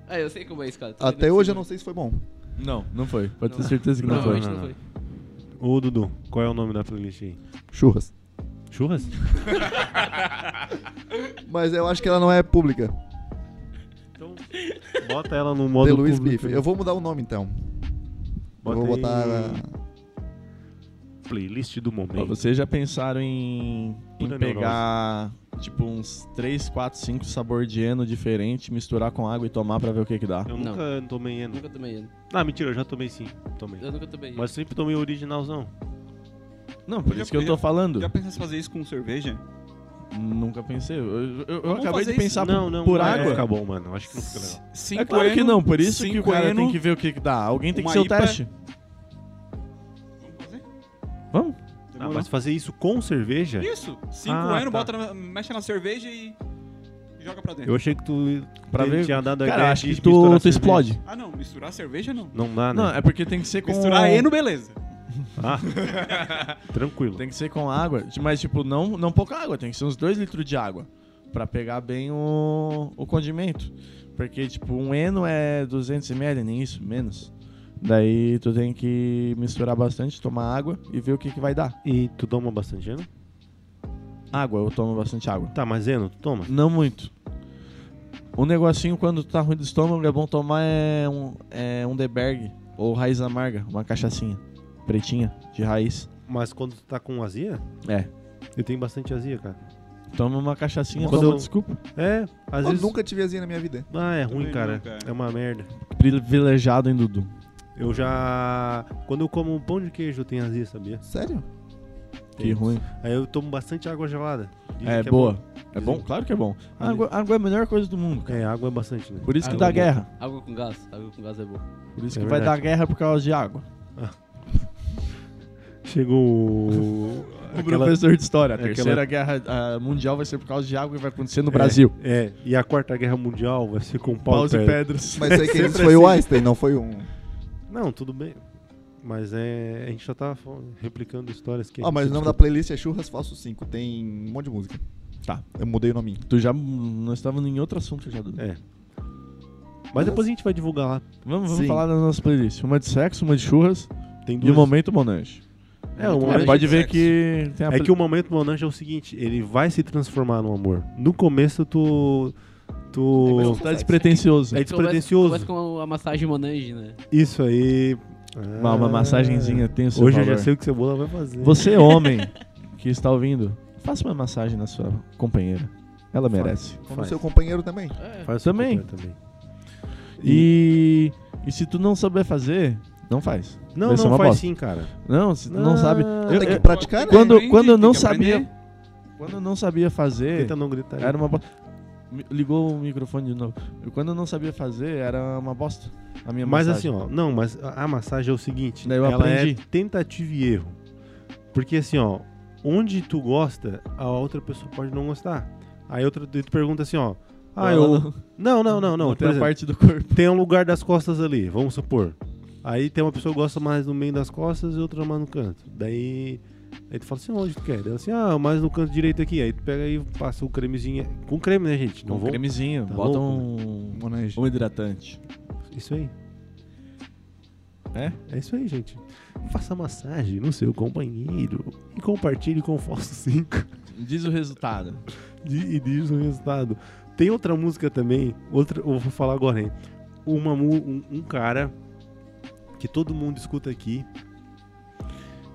[SPEAKER 3] Ah, eu sei como é isso, cara. Tô
[SPEAKER 5] Até
[SPEAKER 3] vendo
[SPEAKER 5] hoje eu
[SPEAKER 3] que
[SPEAKER 5] não sei se foi bom.
[SPEAKER 4] Não, não foi. Pode ter
[SPEAKER 3] Não.
[SPEAKER 4] certeza que não, foi.
[SPEAKER 3] Provavelmente
[SPEAKER 1] não, é
[SPEAKER 3] não
[SPEAKER 1] não.
[SPEAKER 3] foi.
[SPEAKER 1] Ô, Dudu, qual é o nome da playlist aí?
[SPEAKER 5] Churras.
[SPEAKER 1] Churras?
[SPEAKER 5] Mas eu acho que ela não é pública.
[SPEAKER 1] Bota ela no
[SPEAKER 5] The
[SPEAKER 1] modo
[SPEAKER 5] Luiz
[SPEAKER 1] público. né?
[SPEAKER 5] Bife. Eu vou mudar o nome então.
[SPEAKER 1] Bota
[SPEAKER 5] eu vou
[SPEAKER 1] aí.
[SPEAKER 5] botar. ah,
[SPEAKER 1] Playlist do
[SPEAKER 4] Ó,
[SPEAKER 1] momento.
[SPEAKER 4] vocês já pensaram em, em
[SPEAKER 1] Pura
[SPEAKER 4] pegar tipo uns 3, 4, 5 sabor de eno diferente, misturar com água e tomar pra ver o que que dá?
[SPEAKER 1] Eu
[SPEAKER 3] Não.
[SPEAKER 1] nunca tomei eno.
[SPEAKER 3] Nunca tomei ele.
[SPEAKER 1] Ah, mentira, eu já tomei sim. Tomei.
[SPEAKER 3] Eu nunca tomei ele.
[SPEAKER 1] Mas sempre tomei originalzão.
[SPEAKER 4] Não, por
[SPEAKER 2] Já-
[SPEAKER 4] isso que eu
[SPEAKER 2] já-
[SPEAKER 4] tô falando.
[SPEAKER 2] Já pensaste em fazer isso com cerveja?
[SPEAKER 4] Nunca pensei. Eu, eu- eu
[SPEAKER 2] Vamos
[SPEAKER 4] acabei
[SPEAKER 2] fazer
[SPEAKER 4] de pensar
[SPEAKER 1] não,
[SPEAKER 4] por,
[SPEAKER 1] não,
[SPEAKER 4] por
[SPEAKER 1] não vai
[SPEAKER 4] água.
[SPEAKER 1] ficar bom, mano. Acho que não fica legal.
[SPEAKER 2] é. Cinco
[SPEAKER 4] É claro que
[SPEAKER 2] eno,
[SPEAKER 4] não, por isso que o
[SPEAKER 2] cinco
[SPEAKER 4] cara
[SPEAKER 2] eno.
[SPEAKER 4] tem que ver o que que dá. Alguém tem que
[SPEAKER 2] uma
[SPEAKER 4] ser o
[SPEAKER 2] IPA.
[SPEAKER 4] teste.
[SPEAKER 2] Vamos fazer?
[SPEAKER 4] Vamos?
[SPEAKER 1] Ah,
[SPEAKER 2] Demorou.
[SPEAKER 1] mas fazer isso com cerveja?
[SPEAKER 2] Isso, cinco
[SPEAKER 1] Ah,
[SPEAKER 2] eno,
[SPEAKER 1] tá.
[SPEAKER 2] bota na- mexe na cerveja e joga pra dentro.
[SPEAKER 1] Eu achei que tu
[SPEAKER 4] Pra
[SPEAKER 1] te-
[SPEAKER 4] ver.
[SPEAKER 1] tinha dado a
[SPEAKER 4] Cara,
[SPEAKER 1] ideia
[SPEAKER 4] acho
[SPEAKER 1] de
[SPEAKER 4] que tu,
[SPEAKER 1] misturar
[SPEAKER 4] tu
[SPEAKER 1] cerveja.
[SPEAKER 4] explode.
[SPEAKER 2] Ah não, misturar cerveja não.
[SPEAKER 1] Não dá, né?
[SPEAKER 4] Não, é porque tem que ser com.
[SPEAKER 2] Misturar eno, beleza.
[SPEAKER 1] Ah, tranquilo.
[SPEAKER 4] Tem que ser com água, mas tipo, não, não pouca água, tem que ser uns 2 litros de água Pra pegar bem o, o condimento. Porque tipo, um eno é 200 ml, nem isso, menos. Daí tu tem que misturar bastante, tomar água e ver o que que vai dar.
[SPEAKER 1] E tu toma bastante eno?
[SPEAKER 4] Água, eu tomo bastante água.
[SPEAKER 1] Tá, mas eno, tu toma?
[SPEAKER 4] Não muito. Um negocinho quando tu tá ruim do estômago é bom tomar é um, é um Deberg ou raiz amarga, uma cachaçinha pretinha de raiz.
[SPEAKER 1] Mas quando tu tá com azia?
[SPEAKER 4] É.
[SPEAKER 1] Eu tenho bastante azia, cara.
[SPEAKER 4] Toma uma cachaçinha,
[SPEAKER 1] Quando
[SPEAKER 4] toma
[SPEAKER 1] eu-
[SPEAKER 4] desculpa.
[SPEAKER 1] É, às
[SPEAKER 5] Eu
[SPEAKER 1] vezes.
[SPEAKER 5] nunca tive assim na minha vida.
[SPEAKER 1] Ah, é
[SPEAKER 2] Também
[SPEAKER 1] ruim, cara.
[SPEAKER 2] nunca, é.
[SPEAKER 1] É uma merda.
[SPEAKER 4] Privilegiado, hein, Dudu?
[SPEAKER 1] Eu já. Quando eu como um pão de queijo, eu tenho azia, sabia?
[SPEAKER 5] Sério?
[SPEAKER 4] Que ruim.
[SPEAKER 1] Aí eu tomo bastante água gelada. Dizem
[SPEAKER 4] É,
[SPEAKER 1] que
[SPEAKER 4] boa. É
[SPEAKER 1] Dizem-
[SPEAKER 4] bom? Claro que é bom. Água, água é a melhor coisa do mundo,
[SPEAKER 1] bom.
[SPEAKER 4] cara.
[SPEAKER 1] É, água é bastante, né?
[SPEAKER 4] Por isso que
[SPEAKER 3] Água é
[SPEAKER 4] dá
[SPEAKER 3] boa.
[SPEAKER 4] guerra.
[SPEAKER 3] Água com gás. Água com gás é boa.
[SPEAKER 4] Por isso
[SPEAKER 1] É
[SPEAKER 4] que vai
[SPEAKER 1] verdade.
[SPEAKER 4] dar guerra por causa de água.
[SPEAKER 1] Chegou. o-
[SPEAKER 4] O
[SPEAKER 1] aquela-
[SPEAKER 4] professor de história. A
[SPEAKER 1] aquela-
[SPEAKER 4] terceira guerra ah, mundial vai ser por causa de água e vai acontecer no
[SPEAKER 1] É,
[SPEAKER 4] Brasil.
[SPEAKER 1] É, e a quarta guerra mundial vai ser com pau,
[SPEAKER 4] Paus
[SPEAKER 1] e
[SPEAKER 4] e
[SPEAKER 1] pedra.
[SPEAKER 4] pedras.
[SPEAKER 5] Mas aí quem
[SPEAKER 1] Sempre
[SPEAKER 5] disse foi o
[SPEAKER 1] assim.
[SPEAKER 5] Einstein, não foi um.
[SPEAKER 1] Não, tudo bem. Mas é. A gente já tá fal- replicando histórias que. a
[SPEAKER 5] Ah, mas
[SPEAKER 1] gente
[SPEAKER 5] o nome da
[SPEAKER 1] discute.
[SPEAKER 5] playlist é Churras Falso 5. Tem um monte de música.
[SPEAKER 4] Tá.
[SPEAKER 5] Eu mudei o nominho.
[SPEAKER 4] Tu já. Nós estávamos em outro assunto já, Dudu.
[SPEAKER 1] É. Mas depois a gente vai divulgar lá.
[SPEAKER 4] Vamos, vamos
[SPEAKER 5] Sim.
[SPEAKER 4] falar das nossas playlists. Uma de sexo, uma de churras
[SPEAKER 1] Tem
[SPEAKER 4] e
[SPEAKER 1] duas.
[SPEAKER 4] o Momento Monange.
[SPEAKER 1] É, o
[SPEAKER 4] Mas
[SPEAKER 1] momento...
[SPEAKER 4] um- pode
[SPEAKER 2] de
[SPEAKER 4] ver
[SPEAKER 2] sexo.
[SPEAKER 4] que tem a
[SPEAKER 1] é que o momento Monange é o seguinte: ele vai se transformar no amor. No começo, tu. Tu.
[SPEAKER 4] Tá despretensioso.
[SPEAKER 1] É despretensioso.
[SPEAKER 3] Começa com a massagem Monange, né?
[SPEAKER 1] Isso aí.
[SPEAKER 4] Uma, uma
[SPEAKER 1] Ah,
[SPEAKER 4] massagenzinha tem o seu
[SPEAKER 1] Hoje eu
[SPEAKER 4] valor.
[SPEAKER 1] já sei o que Cebola vai fazer.
[SPEAKER 4] Você, homem, que está ouvindo, faça uma massagem na sua companheira. Ela merece.
[SPEAKER 5] Como
[SPEAKER 1] Faz.
[SPEAKER 5] seu companheiro também.
[SPEAKER 3] É.
[SPEAKER 1] Faz
[SPEAKER 4] Também.
[SPEAKER 1] o que eu quero também.
[SPEAKER 4] E, e se tu não souber fazer, não faz.
[SPEAKER 1] Não,
[SPEAKER 4] Vai ser
[SPEAKER 1] não
[SPEAKER 4] uma
[SPEAKER 1] faz
[SPEAKER 4] bosta.
[SPEAKER 1] sim, cara.
[SPEAKER 4] Não, se tu não,
[SPEAKER 1] Não,
[SPEAKER 4] sabe.
[SPEAKER 1] Ah, tem
[SPEAKER 4] Eu-
[SPEAKER 5] Tem
[SPEAKER 4] eu-
[SPEAKER 5] que praticar, né?
[SPEAKER 4] quando-
[SPEAKER 2] Aprende,
[SPEAKER 4] quando eu
[SPEAKER 2] tem
[SPEAKER 4] não
[SPEAKER 2] que aprender.
[SPEAKER 4] sabia- quando eu não sabia fazer,
[SPEAKER 1] Tenta não gritar. aí.
[SPEAKER 4] É. era uma bosta. Mi- Ligou o microfone de novo. Eu- Quando eu não sabia fazer, era uma bosta. A minha
[SPEAKER 1] Mas
[SPEAKER 4] massagem.
[SPEAKER 1] assim, ó, não, mas a a massagem é o seguinte,
[SPEAKER 4] Daí eu
[SPEAKER 1] ela
[SPEAKER 4] aprendi.
[SPEAKER 1] é tentativa e erro. Porque assim, ó, onde tu gosta, a outra pessoa pode não gostar. Aí outra daí tu pergunta assim, ó, ah,
[SPEAKER 4] Ela
[SPEAKER 1] eu
[SPEAKER 4] não-
[SPEAKER 1] não, não, não, não, por
[SPEAKER 4] tem a
[SPEAKER 1] exemplo,
[SPEAKER 4] parte do corpo.
[SPEAKER 1] tem um lugar das costas ali, vamos supor. Aí tem uma pessoa que gosta mais no meio das costas e outra mais no canto. Daí aí tu fala assim, onde tu quer? Daí ela assim, ah, mais no canto direito aqui. Aí tu pega e passa o cremezinho, com creme, né, gente? Não
[SPEAKER 4] Um
[SPEAKER 1] vou.
[SPEAKER 4] cremezinho,
[SPEAKER 1] Tá
[SPEAKER 4] bota
[SPEAKER 1] louco, né?
[SPEAKER 4] um,
[SPEAKER 5] Monange.
[SPEAKER 4] um hidratante.
[SPEAKER 1] Isso aí.
[SPEAKER 4] É?
[SPEAKER 1] É isso aí, gente. Faça massagem no seu companheiro e compartilhe com o Falso 5
[SPEAKER 4] Diz o resultado.
[SPEAKER 1] e e diz o resultado. Tem outra música também, outra, eu vou falar agora, hein? Uma, mu- um, um cara que todo mundo escuta aqui,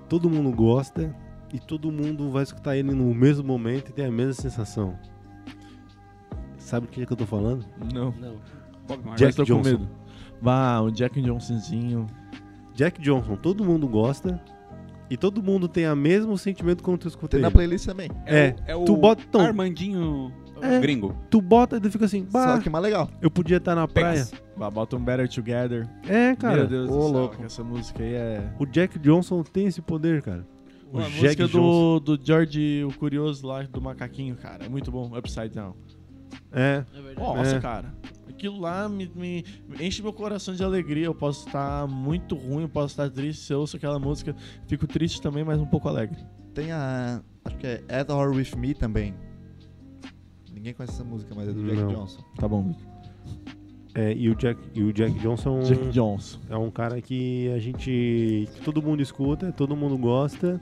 [SPEAKER 1] todo mundo gosta e todo mundo vai escutar ele no mesmo momento e tem a mesma sensação. Sabe o que é que eu tô falando?
[SPEAKER 4] Não.
[SPEAKER 3] Não.
[SPEAKER 2] Bob Marley.
[SPEAKER 1] Jack
[SPEAKER 4] Mas tô
[SPEAKER 1] Johnson.
[SPEAKER 4] com medo. Bah, o Jack Johnsonzinho.
[SPEAKER 1] Jack Johnson, todo mundo gosta e todo mundo tem o mesmo sentimento quando tu escuta
[SPEAKER 5] Tem na
[SPEAKER 1] ele.
[SPEAKER 5] playlist também.
[SPEAKER 1] É,
[SPEAKER 2] o, é o
[SPEAKER 1] tu bota- então-
[SPEAKER 2] Armandinho
[SPEAKER 1] É.
[SPEAKER 2] gringo.
[SPEAKER 1] Tu bota e tu fica assim,
[SPEAKER 5] Só
[SPEAKER 1] bah,
[SPEAKER 5] que mais legal.
[SPEAKER 1] eu podia estar na praia.
[SPEAKER 2] Pegas.
[SPEAKER 4] Bah, bota um Better Together.
[SPEAKER 1] É,
[SPEAKER 4] Meu
[SPEAKER 1] cara,
[SPEAKER 4] Deus
[SPEAKER 5] ô,
[SPEAKER 4] do céu,
[SPEAKER 5] louco.
[SPEAKER 4] que essa música aí é...
[SPEAKER 1] o Jack Johnson tem esse poder, cara. O
[SPEAKER 4] a
[SPEAKER 1] Jack
[SPEAKER 4] música
[SPEAKER 1] Johnson.
[SPEAKER 4] do, do George, o curioso lá, do macaquinho, cara. É muito bom, Upside Down.
[SPEAKER 1] É,
[SPEAKER 3] É verdade.
[SPEAKER 4] Nossa,
[SPEAKER 1] É.
[SPEAKER 4] cara. Aquilo lá me, me- me enche meu coração de alegria. Eu posso estar muito ruim, eu posso estar triste. Se eu ouço aquela música, fico triste também, mas um pouco alegre.
[SPEAKER 5] Tem a. Acho que é At Or With Me também. Ninguém conhece essa música, mas é do Jack
[SPEAKER 1] Não.
[SPEAKER 5] Johnson.
[SPEAKER 4] Tá bom,
[SPEAKER 1] é, e o Jack, e o Jack Johnson
[SPEAKER 4] Jack Johnson.
[SPEAKER 1] é um cara que a gente, que todo mundo escuta, todo mundo gosta.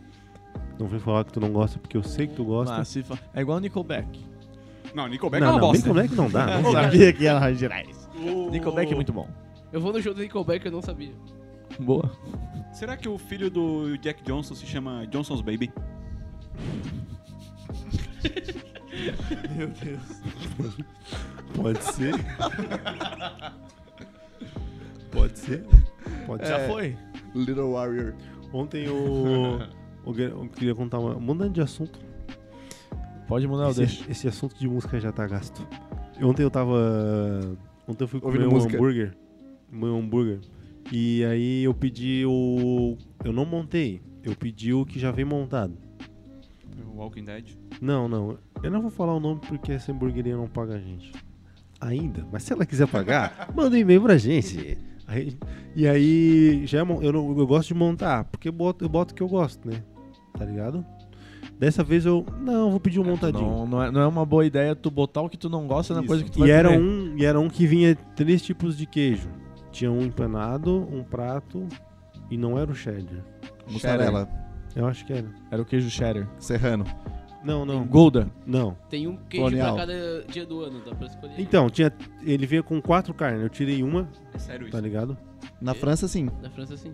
[SPEAKER 1] Não vou falar que tu não gosta, porque eu sei que tu gosta.
[SPEAKER 4] Ah, se fa- É igual Nickelback.
[SPEAKER 2] Não,
[SPEAKER 1] não,
[SPEAKER 2] Nickelback é
[SPEAKER 1] não,
[SPEAKER 2] uma bosta.
[SPEAKER 1] Nickelback não dá. né?
[SPEAKER 4] Eu
[SPEAKER 1] Não dá.
[SPEAKER 4] sabia que ia Gerais.
[SPEAKER 2] O-
[SPEAKER 4] Nickelback é muito bom.
[SPEAKER 3] Eu vou no show do Nickelback, eu não sabia.
[SPEAKER 4] Boa.
[SPEAKER 2] Será que o filho do Jack Johnson se chama Johnson's Baby?
[SPEAKER 4] Meu Deus.
[SPEAKER 1] Pode ser. Pode ser. Pode ser.
[SPEAKER 4] Já
[SPEAKER 2] É.
[SPEAKER 4] foi.
[SPEAKER 5] Little Warrior.
[SPEAKER 1] Ontem o. o Gra- Eu queria contar uma. Mudando de assunto.
[SPEAKER 4] Pode mudar o
[SPEAKER 1] esse,
[SPEAKER 4] deixo.
[SPEAKER 1] esse assunto de música já tá gasto. Ontem eu tava. Ontem eu fui comer
[SPEAKER 5] Ouvindo
[SPEAKER 1] um
[SPEAKER 5] música.
[SPEAKER 1] hambúrguer. Comer um hambúrguer. E aí eu pedi o. Eu não montei. Eu pedi o que já vem montado.
[SPEAKER 2] Walking Dead.
[SPEAKER 1] Não, não. Eu não vou falar o nome porque essa hambúrgueria não paga a gente. Ainda. Mas se ela quiser pagar, manda um e-mail pra gente. Aí- e aí, já é mon- eu, não- eu gosto de montar, porque eu boto, eu boto o que eu gosto, né? Tá ligado? Dessa vez eu. Não, eu vou pedir um montadinho.
[SPEAKER 4] Não, não, é, não é uma boa ideia tu botar o que tu não gosta na
[SPEAKER 2] Isso.
[SPEAKER 4] coisa que tu vai
[SPEAKER 1] E era,
[SPEAKER 4] comer.
[SPEAKER 1] um, e era um que vinha três tipos de queijo. Tinha um empanado, um prato e não era o cheddar.
[SPEAKER 4] Mussarela.
[SPEAKER 5] Mussarela.
[SPEAKER 1] Eu acho que era.
[SPEAKER 4] Era o queijo cheddar.
[SPEAKER 5] Serrano.
[SPEAKER 1] Não, não.
[SPEAKER 4] Golda.
[SPEAKER 1] Não.
[SPEAKER 3] Tem um queijo
[SPEAKER 5] Colonial.
[SPEAKER 3] pra cada dia do ano, dá pra escolher.
[SPEAKER 1] Então, tinha, ele vinha com quatro carnes. Eu tirei uma,
[SPEAKER 2] É sério isso.
[SPEAKER 1] tá ligado?
[SPEAKER 5] Na França, sim.
[SPEAKER 3] Na França, sim.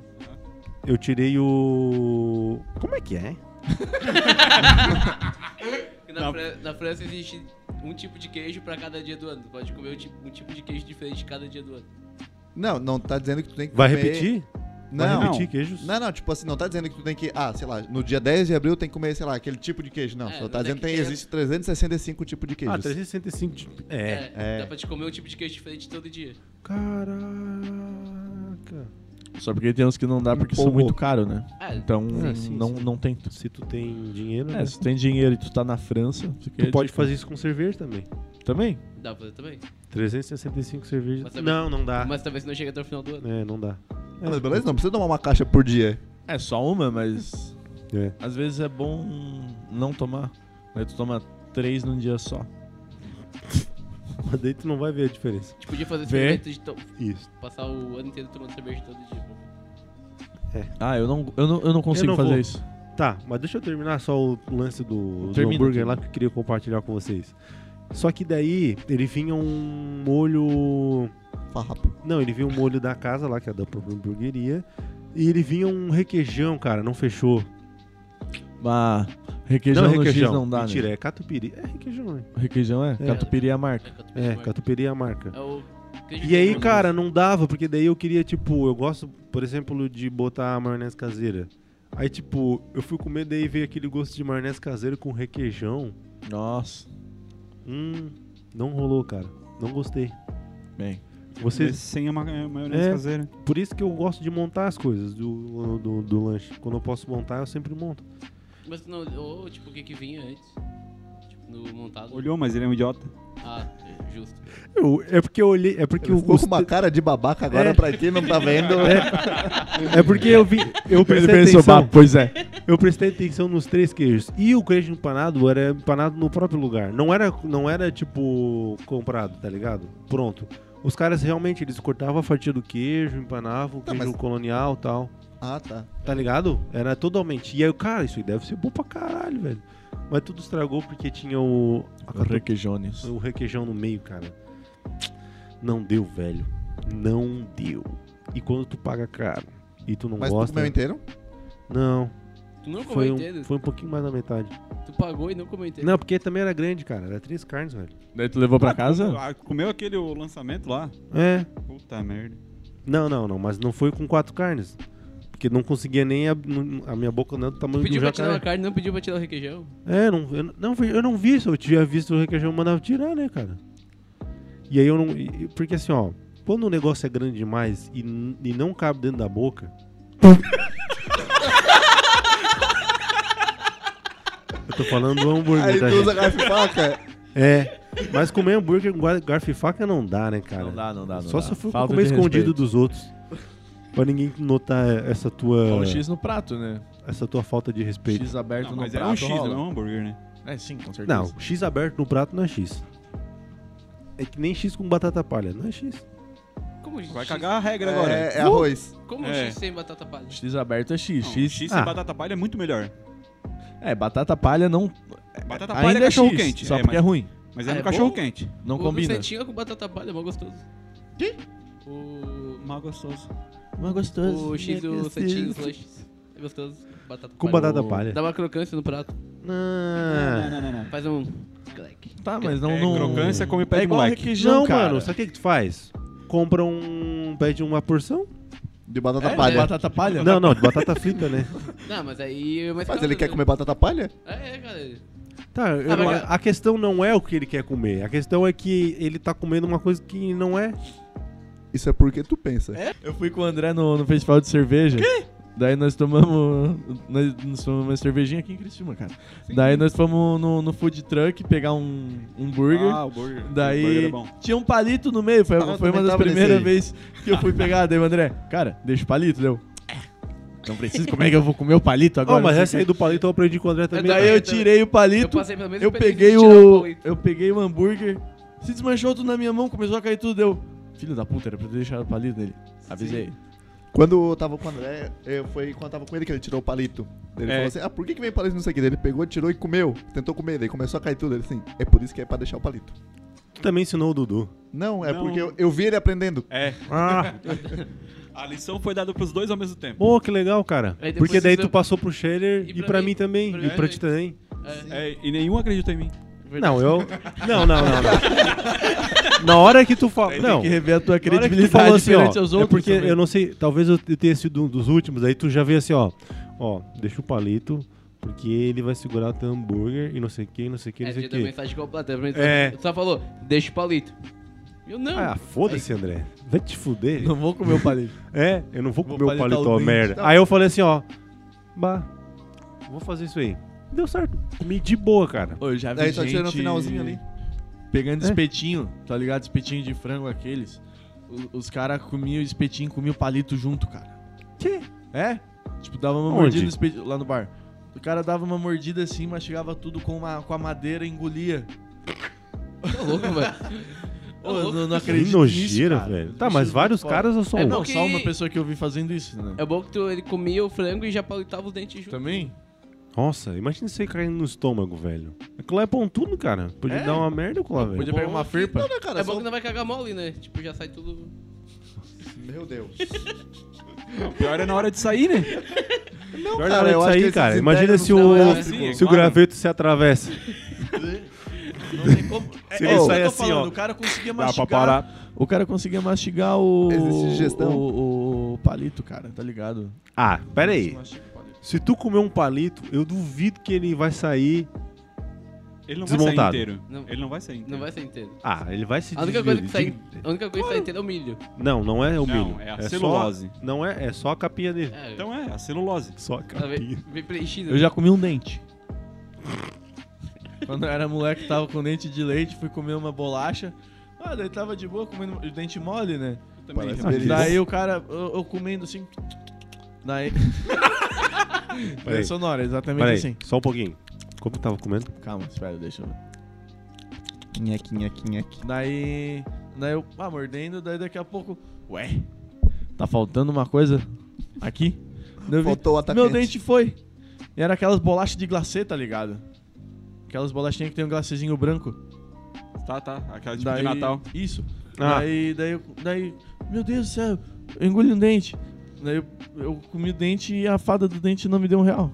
[SPEAKER 1] Eu tirei o. Como é que é?
[SPEAKER 3] Na,
[SPEAKER 2] Não.
[SPEAKER 3] Fran- na França existe um tipo de queijo pra cada dia do ano. Tu pode comer um tipo, um tipo de queijo diferente cada dia do ano.
[SPEAKER 5] Não, não tá dizendo que tu tem que
[SPEAKER 1] Vai
[SPEAKER 5] comer-
[SPEAKER 1] repetir?
[SPEAKER 5] Não.
[SPEAKER 1] Vai repetir queijos?
[SPEAKER 5] Não, não, tipo assim, não tá dizendo que tu tem que, ah, sei lá, no dia 10 de abril tem que comer, sei lá, aquele tipo de queijo. Não,
[SPEAKER 3] É,
[SPEAKER 5] só
[SPEAKER 3] não
[SPEAKER 5] tá
[SPEAKER 3] tem
[SPEAKER 5] dizendo que
[SPEAKER 3] que
[SPEAKER 5] tem,
[SPEAKER 3] ter-
[SPEAKER 5] existe 365 tipos de queijos.
[SPEAKER 1] Ah, 365 de... É.
[SPEAKER 5] é.
[SPEAKER 3] Dá pra te comer um tipo de queijo diferente todo dia.
[SPEAKER 1] Caraca.
[SPEAKER 4] Só porque tem uns que não dá porque são
[SPEAKER 1] Empolgou.
[SPEAKER 4] muito caros, né?
[SPEAKER 3] Ah,
[SPEAKER 4] Então
[SPEAKER 1] Um É, sim,
[SPEAKER 4] não,
[SPEAKER 1] sim.
[SPEAKER 4] não tem tudo.
[SPEAKER 1] Se tu tem dinheiro, né?
[SPEAKER 4] É, se tu tem dinheiro e tu tá na França, fica tipo,
[SPEAKER 1] Tu pode fazer isso com cerveja também.
[SPEAKER 4] também.
[SPEAKER 3] dá pra fazer também.
[SPEAKER 1] 365 cervejas.
[SPEAKER 3] Mas também-
[SPEAKER 1] Não, não dá.
[SPEAKER 3] Mas talvez não chegue até o final do ano.
[SPEAKER 1] É, não dá.
[SPEAKER 5] Ah, Mas beleza, não precisa tomar uma caixa por dia.
[SPEAKER 4] É só uma, mas
[SPEAKER 1] É.
[SPEAKER 4] às vezes é bom não tomar. Aí tu toma três num dia só.
[SPEAKER 1] Mas daí tu não vai ver a diferença.
[SPEAKER 3] A gente podia fazer
[SPEAKER 4] Vê.
[SPEAKER 3] experimento de to-
[SPEAKER 1] Isso.
[SPEAKER 3] passar o ano inteiro tomando cerveja todo dia. pô.
[SPEAKER 4] Ah, eu não, eu não, eu não consigo
[SPEAKER 1] não
[SPEAKER 4] fazer
[SPEAKER 1] vou.
[SPEAKER 4] isso.
[SPEAKER 1] Tá, mas deixa eu terminar só o lance do do
[SPEAKER 4] Termina,
[SPEAKER 1] hambúrguer
[SPEAKER 4] termina.
[SPEAKER 1] lá que eu queria compartilhar com vocês. Só que daí ele vinha um molho.
[SPEAKER 5] Farrapo.
[SPEAKER 1] Não, ele vinha um molho da casa lá, que é da própria hamburgueria. E ele vinha um requeijão, cara, não fechou.
[SPEAKER 4] Mas Ah, requeijão,
[SPEAKER 1] não, é requeijão.
[SPEAKER 4] no X não dá,
[SPEAKER 1] Mentira,
[SPEAKER 4] né?
[SPEAKER 1] é catupiry. É requeijão, né?
[SPEAKER 4] Requeijão é? Catupiry é a marca.
[SPEAKER 3] É, catupiry de
[SPEAKER 1] É,
[SPEAKER 3] mar.
[SPEAKER 1] catupiry é a marca.
[SPEAKER 3] É o queijo
[SPEAKER 1] E
[SPEAKER 3] de
[SPEAKER 1] aí,
[SPEAKER 3] molho.
[SPEAKER 1] cara, não dava, porque daí eu queria, tipo, eu gosto, por exemplo, de botar a maionese caseira. Aí, tipo, eu fui comer, daí veio aquele gosto de maionese caseira com requeijão.
[SPEAKER 4] Nossa.
[SPEAKER 1] Hum, não rolou, cara. Não gostei.
[SPEAKER 4] Bem.
[SPEAKER 1] Você-
[SPEAKER 2] Você sem a ma- maionese né?
[SPEAKER 1] É.
[SPEAKER 2] caseira.
[SPEAKER 1] Por isso que eu gosto de montar as coisas do, do, do lanche. Quando eu posso montar, eu sempre monto.
[SPEAKER 3] Mas não, ou tipo, o que que vinha antes? Tipo, no montado.
[SPEAKER 2] Olhou, mas ele é um idiota.
[SPEAKER 3] Ah, é, justo.
[SPEAKER 1] é porque eu olhei. É porque
[SPEAKER 5] Ele ficou com uma cara de babaca agora
[SPEAKER 1] É.
[SPEAKER 5] pra quem não tá vendo.
[SPEAKER 1] É porque eu vi. Eu
[SPEAKER 4] Ele
[SPEAKER 1] prestei
[SPEAKER 4] pensou, bah,
[SPEAKER 1] atenção.
[SPEAKER 4] pois é.
[SPEAKER 1] Eu prestei atenção nos três queijos. E o queijo empanado era empanado no próprio lugar. Não era, não era tipo, comprado, tá ligado? Pronto. Os caras realmente, eles cortavam a fatia do queijo, empanavam o
[SPEAKER 5] Tá,
[SPEAKER 1] queijo
[SPEAKER 5] mas-
[SPEAKER 1] colonial e tal.
[SPEAKER 5] Ah, tá.
[SPEAKER 1] Tá ligado? Era totalmente. E aí, eu, cara, isso aí deve ser bom pra caralho, velho. Mas tudo estragou porque tinha o. a catu-
[SPEAKER 4] Requeijones.
[SPEAKER 1] o requeijão no meio, cara. Não deu, velho. Não deu. E quando tu paga caro e tu não né?
[SPEAKER 5] Mas tu
[SPEAKER 1] gosta.
[SPEAKER 5] comeu inteiro?
[SPEAKER 1] Não,
[SPEAKER 3] Tu não
[SPEAKER 1] foi
[SPEAKER 3] comeu
[SPEAKER 1] um,
[SPEAKER 3] inteiro?
[SPEAKER 1] foi um pouquinho mais da metade.
[SPEAKER 3] Tu pagou e não comeu inteiro.
[SPEAKER 1] Não, porque também era grande, cara. Era três carnes, velho.
[SPEAKER 4] Daí tu levou pra casa?
[SPEAKER 2] Ah, comeu aquele o lançamento lá?
[SPEAKER 1] É.
[SPEAKER 2] Puta merda.
[SPEAKER 1] Não, não, não. Mas não foi com quatro carnes. Porque não conseguia nem. A, não- a minha boca não era do tamanho do
[SPEAKER 3] Pediu pra tirar uma
[SPEAKER 1] jacaré.
[SPEAKER 3] carne, não pediu pra tirar o requeijão.
[SPEAKER 1] É, não, eu, não, eu não vi isso. Eu tinha visto o requeijão eu mandava tirar, né, cara? E aí eu não. e- Porque assim, ó. Quando o negócio é grande demais e, n- e não cabe dentro da boca. eu tô falando do hambúrguer.
[SPEAKER 5] Aí
[SPEAKER 1] tá,
[SPEAKER 5] tu
[SPEAKER 1] gente?
[SPEAKER 5] usa garfo e faca.
[SPEAKER 1] É. Mas comer hambúrguer com guar- garfo e faca não dá, né, cara?
[SPEAKER 4] Não dá, não dá. Não
[SPEAKER 1] Só
[SPEAKER 4] dá.
[SPEAKER 1] se eu for
[SPEAKER 4] Falta
[SPEAKER 1] comer
[SPEAKER 4] de
[SPEAKER 1] escondido
[SPEAKER 4] respeito.
[SPEAKER 1] dos outros. Pra ninguém notar essa
[SPEAKER 4] Dá
[SPEAKER 1] tua,
[SPEAKER 4] um X no prato, né?
[SPEAKER 1] essa tua falta de respeito.
[SPEAKER 4] X aberto
[SPEAKER 2] Não,
[SPEAKER 4] no
[SPEAKER 2] mas
[SPEAKER 4] prato.
[SPEAKER 2] era um X, não é
[SPEAKER 4] rola.
[SPEAKER 2] um hambúrguer, né?
[SPEAKER 4] É, sim, com certeza.
[SPEAKER 1] Não, X aberto no prato não é X. É que nem X com batata palha, não é X.
[SPEAKER 3] Como X?
[SPEAKER 2] Vai cagar a regra agora.
[SPEAKER 5] É, é arroz.
[SPEAKER 3] Como
[SPEAKER 2] É.
[SPEAKER 3] X sem batata palha?
[SPEAKER 4] X aberto é X.
[SPEAKER 2] Não,
[SPEAKER 4] X...
[SPEAKER 2] X
[SPEAKER 1] Ah.
[SPEAKER 2] sem batata palha é muito melhor.
[SPEAKER 4] É, batata palha não.
[SPEAKER 2] Batata palha
[SPEAKER 4] Ainda
[SPEAKER 2] é
[SPEAKER 4] é
[SPEAKER 2] cachorro
[SPEAKER 4] X,
[SPEAKER 2] quente.
[SPEAKER 4] Só
[SPEAKER 2] é,
[SPEAKER 4] porque é
[SPEAKER 2] mas,
[SPEAKER 4] ruim.
[SPEAKER 2] mas é
[SPEAKER 3] Ah,
[SPEAKER 2] no
[SPEAKER 3] é bom?
[SPEAKER 2] cachorro quente.
[SPEAKER 4] Não
[SPEAKER 3] o
[SPEAKER 4] combina.
[SPEAKER 3] Lucentinho com batata palha, é mó gostoso. Que? O...
[SPEAKER 2] Mal gostoso.
[SPEAKER 4] Mas gostoso.
[SPEAKER 3] O X do Santinho, os lanches. É gostoso. Batata
[SPEAKER 1] é Com
[SPEAKER 3] palha.
[SPEAKER 1] batata palha.
[SPEAKER 3] Dá uma crocância no prato.
[SPEAKER 1] Ah.
[SPEAKER 2] Não, não, não. não.
[SPEAKER 3] Faz um...
[SPEAKER 4] Tá, mas não.
[SPEAKER 2] É
[SPEAKER 4] não...
[SPEAKER 2] crocância, come pé
[SPEAKER 4] É
[SPEAKER 2] de
[SPEAKER 4] igual
[SPEAKER 2] moleque.
[SPEAKER 4] requeijão,
[SPEAKER 1] Não,
[SPEAKER 4] cara.
[SPEAKER 1] mano, sabe o que, que tu faz? Compra um. pede uma porção?
[SPEAKER 5] De batata
[SPEAKER 3] É,
[SPEAKER 5] palha.
[SPEAKER 4] Batata palha?
[SPEAKER 1] Não, não, de batata frita, né?
[SPEAKER 3] Não, mas aí... é mais
[SPEAKER 5] Mas
[SPEAKER 3] caro,
[SPEAKER 5] ele quer
[SPEAKER 3] né?
[SPEAKER 5] comer batata palha?
[SPEAKER 3] É, é, cara.
[SPEAKER 1] Tá, eu
[SPEAKER 3] Ah,
[SPEAKER 1] não-
[SPEAKER 3] mas-
[SPEAKER 1] a questão não é o que ele quer comer. A questão é que ele tá comendo uma coisa que não é.
[SPEAKER 5] Isso é porque tu pensa.
[SPEAKER 4] Eu fui com o André no, no festival de cerveja. Quê? Daí nós tomamos. Nós, nós tomamos uma cervejinha aqui em Criciúma, cara. Daí nós fomos no, no food truck pegar um, um burger.
[SPEAKER 2] Ah, o burger. O burger
[SPEAKER 4] Daí
[SPEAKER 2] é bom.
[SPEAKER 4] tinha um palito no meio, foi,
[SPEAKER 5] Ah, eu
[SPEAKER 4] foi uma
[SPEAKER 5] também
[SPEAKER 4] das
[SPEAKER 5] tava nesse
[SPEAKER 4] primeiras
[SPEAKER 5] aí.
[SPEAKER 4] vezes que eu fui pegar. Daí o André, cara, deixa o palito, deu. "É, Não preciso, como é que eu vou comer o palito agora?
[SPEAKER 1] Não, mas
[SPEAKER 4] Não sei
[SPEAKER 1] essa aí
[SPEAKER 4] o quê."
[SPEAKER 1] do palito eu aprendi com o
[SPEAKER 3] É
[SPEAKER 1] André também. Ah,
[SPEAKER 4] Daí
[SPEAKER 1] cara.
[SPEAKER 4] eu tirei o
[SPEAKER 3] Eu
[SPEAKER 4] palito,
[SPEAKER 3] passei pela mesma
[SPEAKER 4] eu
[SPEAKER 3] experiência
[SPEAKER 4] peguei
[SPEAKER 3] de tirar
[SPEAKER 4] o.
[SPEAKER 3] palito.
[SPEAKER 4] Eu peguei o hambúrguer, se desmanchou tudo na minha mão, começou a cair tudo, deu. Filho da puta, era pra eu ter deixado o palito nele. Avisei.
[SPEAKER 5] Quando eu tava com o André, eu- foi quando eu tava com ele que ele tirou o palito. Ele
[SPEAKER 2] É.
[SPEAKER 5] falou assim: Ah, por que, que vem palito nisso aqui? Daí Ele pegou, tirou e comeu. Tentou comer, daí começou a cair tudo. Ele assim: É por isso que é pra deixar o palito.
[SPEAKER 1] Tu também ensinou o Dudu.
[SPEAKER 5] Não, é
[SPEAKER 2] Não.
[SPEAKER 5] porque eu, eu vi ele aprendendo.
[SPEAKER 2] É,
[SPEAKER 1] Ah,
[SPEAKER 2] a lição foi dada pros dois ao mesmo tempo.
[SPEAKER 1] pô, que legal, cara.
[SPEAKER 3] Aí depois
[SPEAKER 1] Porque daí
[SPEAKER 3] vocês-
[SPEAKER 1] tu passou pro Scheller
[SPEAKER 3] E
[SPEAKER 1] e
[SPEAKER 3] pra
[SPEAKER 1] pra
[SPEAKER 3] mim.
[SPEAKER 1] mim também.
[SPEAKER 3] Pra
[SPEAKER 1] E
[SPEAKER 3] mim
[SPEAKER 1] pra ti também.
[SPEAKER 3] É,
[SPEAKER 2] É, e nenhum acredita em mim.
[SPEAKER 3] verdade.
[SPEAKER 1] Não, eu. Não, não, não. não. Na hora que tu falou.
[SPEAKER 4] Tem
[SPEAKER 1] Não.
[SPEAKER 4] que rever a tua
[SPEAKER 1] Na hora que
[SPEAKER 4] credibilidade
[SPEAKER 1] tu falou assim, ó.
[SPEAKER 4] perante aos
[SPEAKER 1] é
[SPEAKER 4] outros.
[SPEAKER 1] porque
[SPEAKER 4] também.
[SPEAKER 1] eu não sei, talvez eu tenha sido um dos últimos, aí tu já veio assim, ó. Ó, deixa o palito, porque ele vai segurar o teu hambúrguer e não sei o que, não sei o que,
[SPEAKER 3] É,
[SPEAKER 1] não sei o
[SPEAKER 3] tinha da
[SPEAKER 1] que.
[SPEAKER 3] mensagem completa. Ele
[SPEAKER 1] É.
[SPEAKER 3] Só falou, deixa o palito. Eu não.
[SPEAKER 1] Ah, foda-se, André. Vai te fuder.
[SPEAKER 4] Não vou comer o palito.
[SPEAKER 1] É, eu não vou
[SPEAKER 4] Vou
[SPEAKER 1] comer o
[SPEAKER 4] palitar
[SPEAKER 1] paletó,
[SPEAKER 4] o dente.
[SPEAKER 1] merda.
[SPEAKER 4] Tá.
[SPEAKER 1] Aí eu falei assim, ó. Bah, vou fazer isso aí. Deu certo. Comi de boa, cara.
[SPEAKER 4] Ô, eu já vi
[SPEAKER 5] Aí tá tirando o
[SPEAKER 4] gente
[SPEAKER 5] finalzinho ali.
[SPEAKER 4] Pegando
[SPEAKER 1] É.
[SPEAKER 4] espetinho, tá ligado? Espetinho de frango aqueles. O- Os caras comiam espetinho, comiam o palito junto, cara.
[SPEAKER 1] Que?
[SPEAKER 4] É? Tipo, dava uma
[SPEAKER 1] Onde?
[SPEAKER 4] mordida no espetinho lá no bar. O cara dava uma mordida assim, mastigava tudo com, uma, com a madeira e engolia.
[SPEAKER 3] Tá louco, velho. Ô,
[SPEAKER 4] Ô, eu
[SPEAKER 3] louco.
[SPEAKER 4] não, não acredito
[SPEAKER 1] Que
[SPEAKER 4] nisso,
[SPEAKER 1] nojeira,
[SPEAKER 4] cara.
[SPEAKER 1] velho. Tá,
[SPEAKER 4] Isso
[SPEAKER 1] mas
[SPEAKER 4] é
[SPEAKER 1] vários
[SPEAKER 4] foda.
[SPEAKER 1] caras eu sou
[SPEAKER 4] É,
[SPEAKER 1] um.
[SPEAKER 4] não,
[SPEAKER 3] que-
[SPEAKER 4] só uma pessoa que eu vi fazendo isso, né?
[SPEAKER 3] É bom que tu, ele comia o frango e já palitava os dentes junto.
[SPEAKER 4] Também?
[SPEAKER 1] Nossa, imagina isso aí caindo no estômago, velho. Aquilo lá é pontudo, cara. Podia
[SPEAKER 4] É?
[SPEAKER 1] dar uma merda com lá, velho.
[SPEAKER 4] Podia pegar uma ferpa.
[SPEAKER 5] Não, cara,
[SPEAKER 3] é bom
[SPEAKER 5] só-
[SPEAKER 3] que não vai cagar mole, né? Tipo, já sai tudo.
[SPEAKER 5] Meu Deus.
[SPEAKER 2] O pior é na hora de sair, né?
[SPEAKER 5] Não,
[SPEAKER 1] Pior na hora disso aí,
[SPEAKER 5] que
[SPEAKER 1] cara.
[SPEAKER 5] esses
[SPEAKER 1] Imagina
[SPEAKER 5] ideias
[SPEAKER 1] se
[SPEAKER 5] não
[SPEAKER 1] o,
[SPEAKER 5] são
[SPEAKER 2] é
[SPEAKER 5] elas.
[SPEAKER 2] assim, é
[SPEAKER 1] se o
[SPEAKER 2] claro.
[SPEAKER 1] graveto se atravessa.
[SPEAKER 4] Não tem como. É,
[SPEAKER 1] Se
[SPEAKER 4] é
[SPEAKER 1] ele
[SPEAKER 4] isso que
[SPEAKER 1] sai
[SPEAKER 4] eu tô
[SPEAKER 1] assim,
[SPEAKER 4] falando,
[SPEAKER 1] ó.
[SPEAKER 4] O cara conseguia
[SPEAKER 1] Dá pra
[SPEAKER 4] mastigar.
[SPEAKER 1] parar.
[SPEAKER 4] O cara conseguia mastigar o.
[SPEAKER 5] Existe digestão?
[SPEAKER 4] O, o palito, cara, tá ligado?
[SPEAKER 1] Ah, pera
[SPEAKER 4] Você
[SPEAKER 1] aí.
[SPEAKER 4] mastiga o palito.
[SPEAKER 1] Se tu comer um palito, eu duvido que ele vai sair.
[SPEAKER 2] Ele não
[SPEAKER 1] Desmontado.
[SPEAKER 2] vai sair inteiro.
[SPEAKER 3] Não.
[SPEAKER 2] Ele não vai sair inteiro.
[SPEAKER 3] Não vai ser inteiro.
[SPEAKER 1] Ah, ele vai se
[SPEAKER 3] A única
[SPEAKER 1] desvi-
[SPEAKER 3] coisa que sai,
[SPEAKER 1] de-
[SPEAKER 3] a única coisa que sai inteira é o milho.
[SPEAKER 1] Não, não é o
[SPEAKER 2] Não,
[SPEAKER 1] milho.
[SPEAKER 2] é a
[SPEAKER 1] só-
[SPEAKER 2] celulose.
[SPEAKER 1] não é, é só a capinha dele.
[SPEAKER 3] É,
[SPEAKER 2] Então é, a celulose.
[SPEAKER 1] Só a
[SPEAKER 4] Tá
[SPEAKER 3] ela vem,
[SPEAKER 1] capinha.
[SPEAKER 3] vem preenchida.
[SPEAKER 4] Eu já comi um dente. Quando eu era moleque, tava com dente de leite, fui comer uma bolacha. Ah, daí tava de boa comendo o dente mole, né?
[SPEAKER 5] Parece
[SPEAKER 1] também.
[SPEAKER 5] delícia.
[SPEAKER 4] Daí o cara, eu, eu comendo assim. Daí.
[SPEAKER 1] Peraí.
[SPEAKER 4] É sonora, exatamente
[SPEAKER 1] Peraí,
[SPEAKER 4] assim.
[SPEAKER 1] só um pouquinho. Como eu tava comendo?
[SPEAKER 4] Calma, espera, deixa eu ver.
[SPEAKER 5] Nheque, nheque, nheque.
[SPEAKER 4] Daí. Daí eu, ah, mordendo, daí daqui a pouco. Ué, tá faltando uma coisa aqui? Daí eu vi,
[SPEAKER 5] Faltou o atacante.
[SPEAKER 4] Meu dente foi. E era aquelas bolachas de glacê, tá ligado? Aquelas bolachinhas que tem um glacezinho branco.
[SPEAKER 2] Tá, tá. Aquela tipo
[SPEAKER 4] daí,
[SPEAKER 2] de Natal.
[SPEAKER 4] Isso.
[SPEAKER 1] Ah.
[SPEAKER 4] Daí, daí, eu- daí, meu Deus do céu, eu engoli um dente. Daí eu, eu comi o dente e a fada do dente não me deu um real.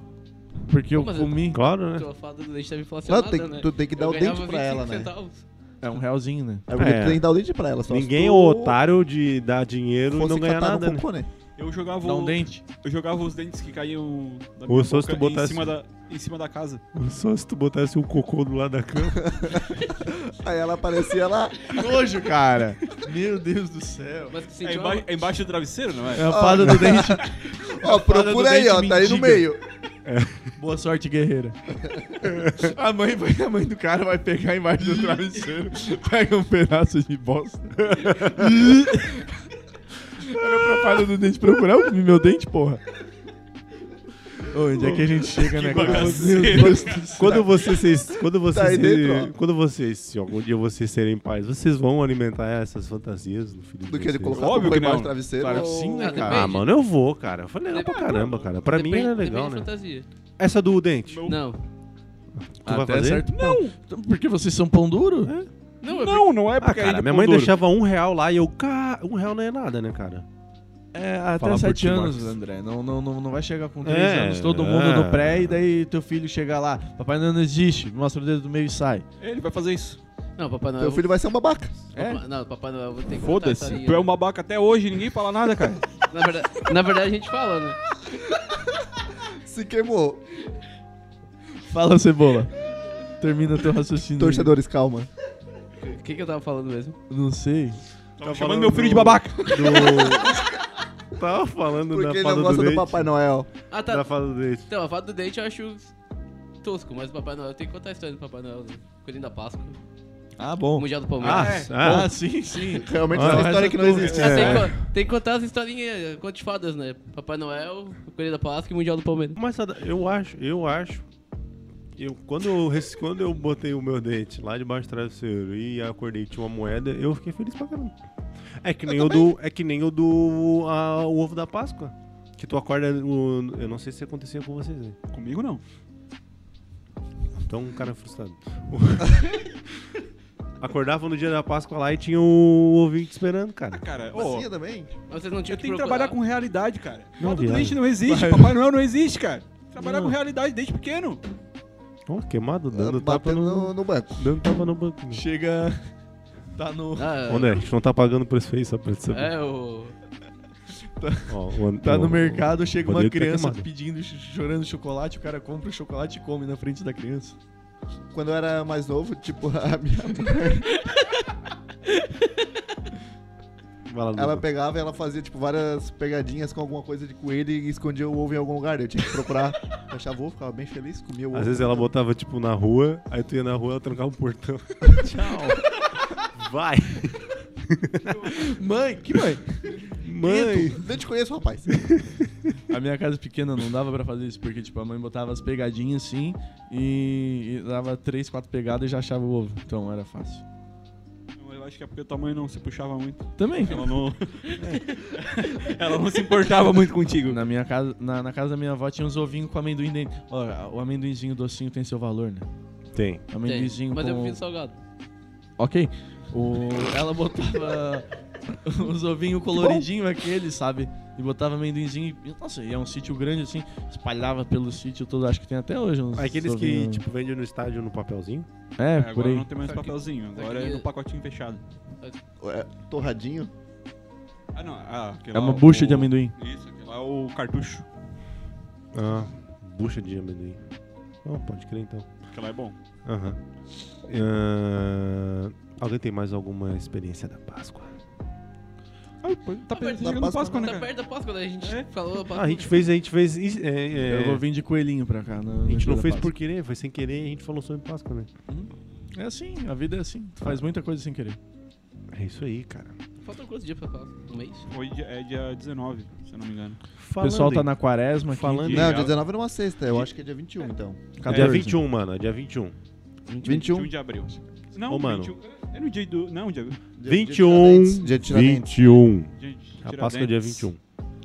[SPEAKER 4] Porque eu
[SPEAKER 3] Mas eu-
[SPEAKER 4] comi.
[SPEAKER 1] Claro, né?
[SPEAKER 3] Tua fada do leite tava inflacionada,
[SPEAKER 5] Claro, tem,
[SPEAKER 3] né?
[SPEAKER 5] que- tu tem que dar
[SPEAKER 3] Eu
[SPEAKER 5] o
[SPEAKER 3] ganhava
[SPEAKER 5] dente pra ela,
[SPEAKER 3] 25
[SPEAKER 5] né?
[SPEAKER 3] centavos.
[SPEAKER 4] É um realzinho, né?
[SPEAKER 5] É porque
[SPEAKER 1] É.
[SPEAKER 5] tu tem que dar o dente pra ela. Só
[SPEAKER 1] Ninguém
[SPEAKER 5] se
[SPEAKER 1] é
[SPEAKER 5] tu
[SPEAKER 1] o otário de dar dinheiro e
[SPEAKER 5] fosse
[SPEAKER 1] não ganhar
[SPEAKER 5] catar no
[SPEAKER 1] nada, né?
[SPEAKER 5] cocô, né?
[SPEAKER 2] Eu jogava,
[SPEAKER 4] Dá
[SPEAKER 2] o-
[SPEAKER 4] um dente.
[SPEAKER 2] eu jogava os dentes que caíam da
[SPEAKER 1] Ou só se tu
[SPEAKER 2] em,
[SPEAKER 1] botasse-
[SPEAKER 2] cima da, em cima da casa.
[SPEAKER 1] Só se tu botasse um cocô do lado da cama.
[SPEAKER 5] Aí ela aparecia lá.
[SPEAKER 4] Nojo, cara. Meu Deus do céu.
[SPEAKER 3] Mas que
[SPEAKER 2] É,
[SPEAKER 3] sentiu
[SPEAKER 2] emba-
[SPEAKER 3] uma...
[SPEAKER 2] é embaixo do travesseiro, não
[SPEAKER 4] É
[SPEAKER 2] é?
[SPEAKER 4] a fada do dente. fada
[SPEAKER 5] Ó,
[SPEAKER 4] do
[SPEAKER 5] procura aí,
[SPEAKER 4] dente
[SPEAKER 5] ó. Tá aí no
[SPEAKER 4] mendiga.
[SPEAKER 5] meio.
[SPEAKER 4] Boa sorte, guerreira. A mãe, vai, a mãe do cara vai pegar embaixo do travesseiro, pega um pedaço de bosta. Olha pra falha do dente procurar, eu comi meu dente, porra. Ô, onde é que a gente chega, né, cara?
[SPEAKER 2] bagaceiro.
[SPEAKER 4] Meu Deus do céu.
[SPEAKER 1] Quando vocês, quando vocês,
[SPEAKER 5] Tá. aí dentro, ó.
[SPEAKER 1] quando vocês, se algum dia vocês serem pais, vocês vão alimentar essas fantasias no filho de
[SPEAKER 5] Do que ele
[SPEAKER 1] vocês?
[SPEAKER 5] colocar
[SPEAKER 2] Óbvio
[SPEAKER 5] Óbvio
[SPEAKER 2] que
[SPEAKER 5] embaixo
[SPEAKER 2] não.
[SPEAKER 5] do travesseiro.
[SPEAKER 4] Claro
[SPEAKER 5] ou-
[SPEAKER 4] que sim, né,
[SPEAKER 3] Ah,
[SPEAKER 4] cara?
[SPEAKER 1] Ah, mano, eu vou, cara. Foi legal pra caramba, cara. Pra mim
[SPEAKER 3] Depende-
[SPEAKER 1] era legal,
[SPEAKER 3] depende da
[SPEAKER 1] né?
[SPEAKER 3] fantasia.
[SPEAKER 1] Essa do dente, tu
[SPEAKER 3] Não.
[SPEAKER 1] vai fazer?
[SPEAKER 4] Não. Então, Porque vocês são pão duro?
[SPEAKER 3] Não, é
[SPEAKER 2] Não, não é
[SPEAKER 1] Ah,
[SPEAKER 2] porque
[SPEAKER 1] cara,
[SPEAKER 2] ainda
[SPEAKER 1] minha
[SPEAKER 2] com
[SPEAKER 1] mãe
[SPEAKER 2] duro.
[SPEAKER 1] deixava um real lá e eu, cara, um real não é nada, né, cara?
[SPEAKER 4] É, até
[SPEAKER 1] Fala por
[SPEAKER 4] sete
[SPEAKER 1] ti,
[SPEAKER 4] anos,
[SPEAKER 1] Marcos.
[SPEAKER 4] André. Não, não, não, não vai chegar com três
[SPEAKER 1] É,
[SPEAKER 4] anos, todo mundo
[SPEAKER 1] é.
[SPEAKER 4] no pré, e daí teu filho chega lá, papai não existe, mostra o dedo do meio e sai.
[SPEAKER 2] Ele vai fazer isso.
[SPEAKER 3] porque- Não, Papai Noel.
[SPEAKER 5] Teu filho vai ser um babaca.
[SPEAKER 4] É?
[SPEAKER 3] Papai- Não, Papai Noel, eu vou ter que contar essa
[SPEAKER 2] Foda-se.
[SPEAKER 3] linha.
[SPEAKER 2] Tu é um babaca até hoje, ninguém fala nada, cara.
[SPEAKER 3] na, verdade, na verdade, a gente fala, né?
[SPEAKER 5] Se queimou.
[SPEAKER 4] Fala, Cebola. Termina teu raciocínio.
[SPEAKER 5] Torcedores, calma.
[SPEAKER 3] O que, que eu tava falando mesmo?
[SPEAKER 4] Não sei.
[SPEAKER 2] Tava
[SPEAKER 1] falando
[SPEAKER 2] chamando meu filho de
[SPEAKER 1] do-
[SPEAKER 2] babaca.
[SPEAKER 1] Do- Tava falando
[SPEAKER 5] Porque
[SPEAKER 1] da
[SPEAKER 5] ele não
[SPEAKER 1] fada do
[SPEAKER 5] gosta do
[SPEAKER 1] dente.
[SPEAKER 5] Papai Noel.
[SPEAKER 3] Ah, tá.
[SPEAKER 1] Da fada do dente.
[SPEAKER 3] Então, a fada do dente eu acho tosco, mas o Papai Noel tem que contar a história do Papai Noel, né? Coelhinho da Páscoa,
[SPEAKER 4] Ah,
[SPEAKER 3] o
[SPEAKER 4] bom.
[SPEAKER 3] Mundial do
[SPEAKER 1] Ah,
[SPEAKER 3] Palmeiras.
[SPEAKER 1] ah,
[SPEAKER 4] sim, sim.
[SPEAKER 5] Realmente
[SPEAKER 1] Ah,
[SPEAKER 5] é uma
[SPEAKER 1] mas
[SPEAKER 5] história que não existe.
[SPEAKER 3] Ah, tem, que, co- tem que contar as historinhas, conto de fadas, né? Papai Noel, Coelhinho da Páscoa e Mundial do Palmeiras.
[SPEAKER 1] Mas sabe, eu acho, eu acho. Eu, quando, eu, rece- quando eu botei o meu dente lá debaixo do travesseiro e acordei e tinha uma moeda, eu fiquei feliz pra caramba. É que nem o do. É que nem o do. a- o ovo da Páscoa. Que tu acorda. no- eu não sei se acontecia com vocês, né?
[SPEAKER 2] Comigo não.
[SPEAKER 1] Então um cara frustrado. Acordava no dia da Páscoa lá e tinha o ovinho te esperando,
[SPEAKER 3] Ah,
[SPEAKER 1] cara.
[SPEAKER 2] Cara, ô,
[SPEAKER 5] Massinha também?
[SPEAKER 3] Mas vocês não
[SPEAKER 2] eu tenho
[SPEAKER 3] tinham
[SPEAKER 2] que
[SPEAKER 3] procurar.
[SPEAKER 2] trabalhar com realidade, cara.
[SPEAKER 1] Não,
[SPEAKER 2] Não, do
[SPEAKER 1] viado.
[SPEAKER 2] doente não existe, Papai Noel não existe, cara. Trabalhar com realidade desde pequeno.
[SPEAKER 1] Ó, queimado, dando tapa
[SPEAKER 5] batendo
[SPEAKER 1] no,
[SPEAKER 5] no, no banco.
[SPEAKER 1] dando tapa no banco.
[SPEAKER 4] Chega. Tá no.
[SPEAKER 3] Ah,
[SPEAKER 1] Onde é? A gente não tá pagando por isso aí, só pra você saber.
[SPEAKER 3] É, o...
[SPEAKER 1] Ó, o And-
[SPEAKER 4] Tá
[SPEAKER 1] o-
[SPEAKER 4] no mercado, chega uma
[SPEAKER 1] poderia ter
[SPEAKER 4] criança
[SPEAKER 1] queimado.
[SPEAKER 4] pedindo, ch- chorando chocolate, o cara compra o chocolate e come na frente da criança.
[SPEAKER 5] Quando eu era mais novo, tipo, a minha mãe,
[SPEAKER 1] Vai lá,
[SPEAKER 5] ela
[SPEAKER 1] Dudu.
[SPEAKER 5] pegava e ela fazia, tipo, várias pegadinhas com alguma coisa de coelho e escondia o ovo em algum lugar. Eu tinha que procurar, Eu achava o ovo, ficava bem feliz, comia o ovo.
[SPEAKER 1] Às vezes ela botava, tipo, na rua, aí tu ia na rua, ela trancava o portão.
[SPEAKER 4] Tchau.
[SPEAKER 1] Vai!
[SPEAKER 4] mãe, que mãe?
[SPEAKER 1] Mãe!
[SPEAKER 5] Não te conheço, rapaz.
[SPEAKER 4] A minha casa é pequena não dava pra fazer isso, porque, tipo, a mãe botava as pegadinhas assim e, e dava três, quatro pegadas e já achava o ovo. Então era fácil.
[SPEAKER 2] Eu acho que é porque tua mãe não se puxava muito.
[SPEAKER 4] Também.
[SPEAKER 1] um
[SPEAKER 2] Ela não. ela não se importava muito contigo.
[SPEAKER 4] Na minha casa, na, na casa da minha avó tinha uns ovinhos com amendoim dentro. Ó, o amendoinzinho docinho tem seu valor, né?
[SPEAKER 1] Tem.
[SPEAKER 3] tem.
[SPEAKER 4] Amendoinzinho
[SPEAKER 3] Mas
[SPEAKER 4] com...
[SPEAKER 3] eu fiz salgado.
[SPEAKER 4] Ok. O... Ela botava os ovinhos coloridinhos aqueles, sabe? E botava amendoinzinho. e- Nossa, e é um sítio grande assim. Espalhava pelo sítio todo. Acho que tem até hoje uns
[SPEAKER 1] Aqueles que,
[SPEAKER 4] ovinhos.
[SPEAKER 1] tipo, vendem no estádio no papelzinho.
[SPEAKER 4] É,
[SPEAKER 2] É,
[SPEAKER 4] por
[SPEAKER 2] agora
[SPEAKER 4] aí.
[SPEAKER 2] não tem mais papelzinho, agora é
[SPEAKER 3] aquele-
[SPEAKER 2] no pacotinho fechado.
[SPEAKER 5] Ué, Torradinho.
[SPEAKER 2] Ah, não. Ah, aquele
[SPEAKER 4] É
[SPEAKER 2] lá
[SPEAKER 4] uma
[SPEAKER 2] o-
[SPEAKER 4] bucha de amendoim.
[SPEAKER 2] Isso, aquele lá é o cartucho.
[SPEAKER 1] Ah, bucha de amendoim. Não, pode crer então.
[SPEAKER 2] Aquele lá é bom.
[SPEAKER 1] Aham. Ahn, alguém tem mais alguma experiência da Páscoa?
[SPEAKER 2] tá
[SPEAKER 3] perto-
[SPEAKER 2] perto,
[SPEAKER 5] tá
[SPEAKER 2] chegando
[SPEAKER 5] perto-
[SPEAKER 2] Páscoa, né,
[SPEAKER 3] Tá
[SPEAKER 2] cara?
[SPEAKER 3] perto da Páscoa, né? A gente
[SPEAKER 2] É.
[SPEAKER 3] falou...
[SPEAKER 1] Ah, a gente fez, a gente fez. is- é, é,
[SPEAKER 4] Eu vou vir de coelhinho pra cá. né? na-
[SPEAKER 1] a gente
[SPEAKER 4] na
[SPEAKER 1] não fez
[SPEAKER 4] Páscoa.
[SPEAKER 1] por querer, foi sem querer, a gente falou sobre Páscoa, né?
[SPEAKER 4] É assim, a vida é assim. Tu faz muita coisa sem querer.
[SPEAKER 1] É isso aí, cara.
[SPEAKER 3] Falta quantos dias pra Páscoa? Um mês?
[SPEAKER 2] Foi dia, é dia 19, se eu não me engano.
[SPEAKER 4] O
[SPEAKER 1] Falando
[SPEAKER 4] pessoal tá
[SPEAKER 1] em-
[SPEAKER 4] na quaresma aqui.
[SPEAKER 1] Falando em-
[SPEAKER 5] Não, dia 19 era uma sexta, eu acho que é dia 21, então.
[SPEAKER 1] Dia
[SPEAKER 4] 14.
[SPEAKER 1] 21, mano, é dia 21.
[SPEAKER 5] 21.
[SPEAKER 2] de abril. Não,
[SPEAKER 1] Ô, mano.
[SPEAKER 2] 21. É no dia do. Não, dia.
[SPEAKER 5] Dia-
[SPEAKER 1] 21.
[SPEAKER 5] Dia de Tiradentes.
[SPEAKER 1] 21.
[SPEAKER 2] dia
[SPEAKER 1] A Páscoa é dia 21.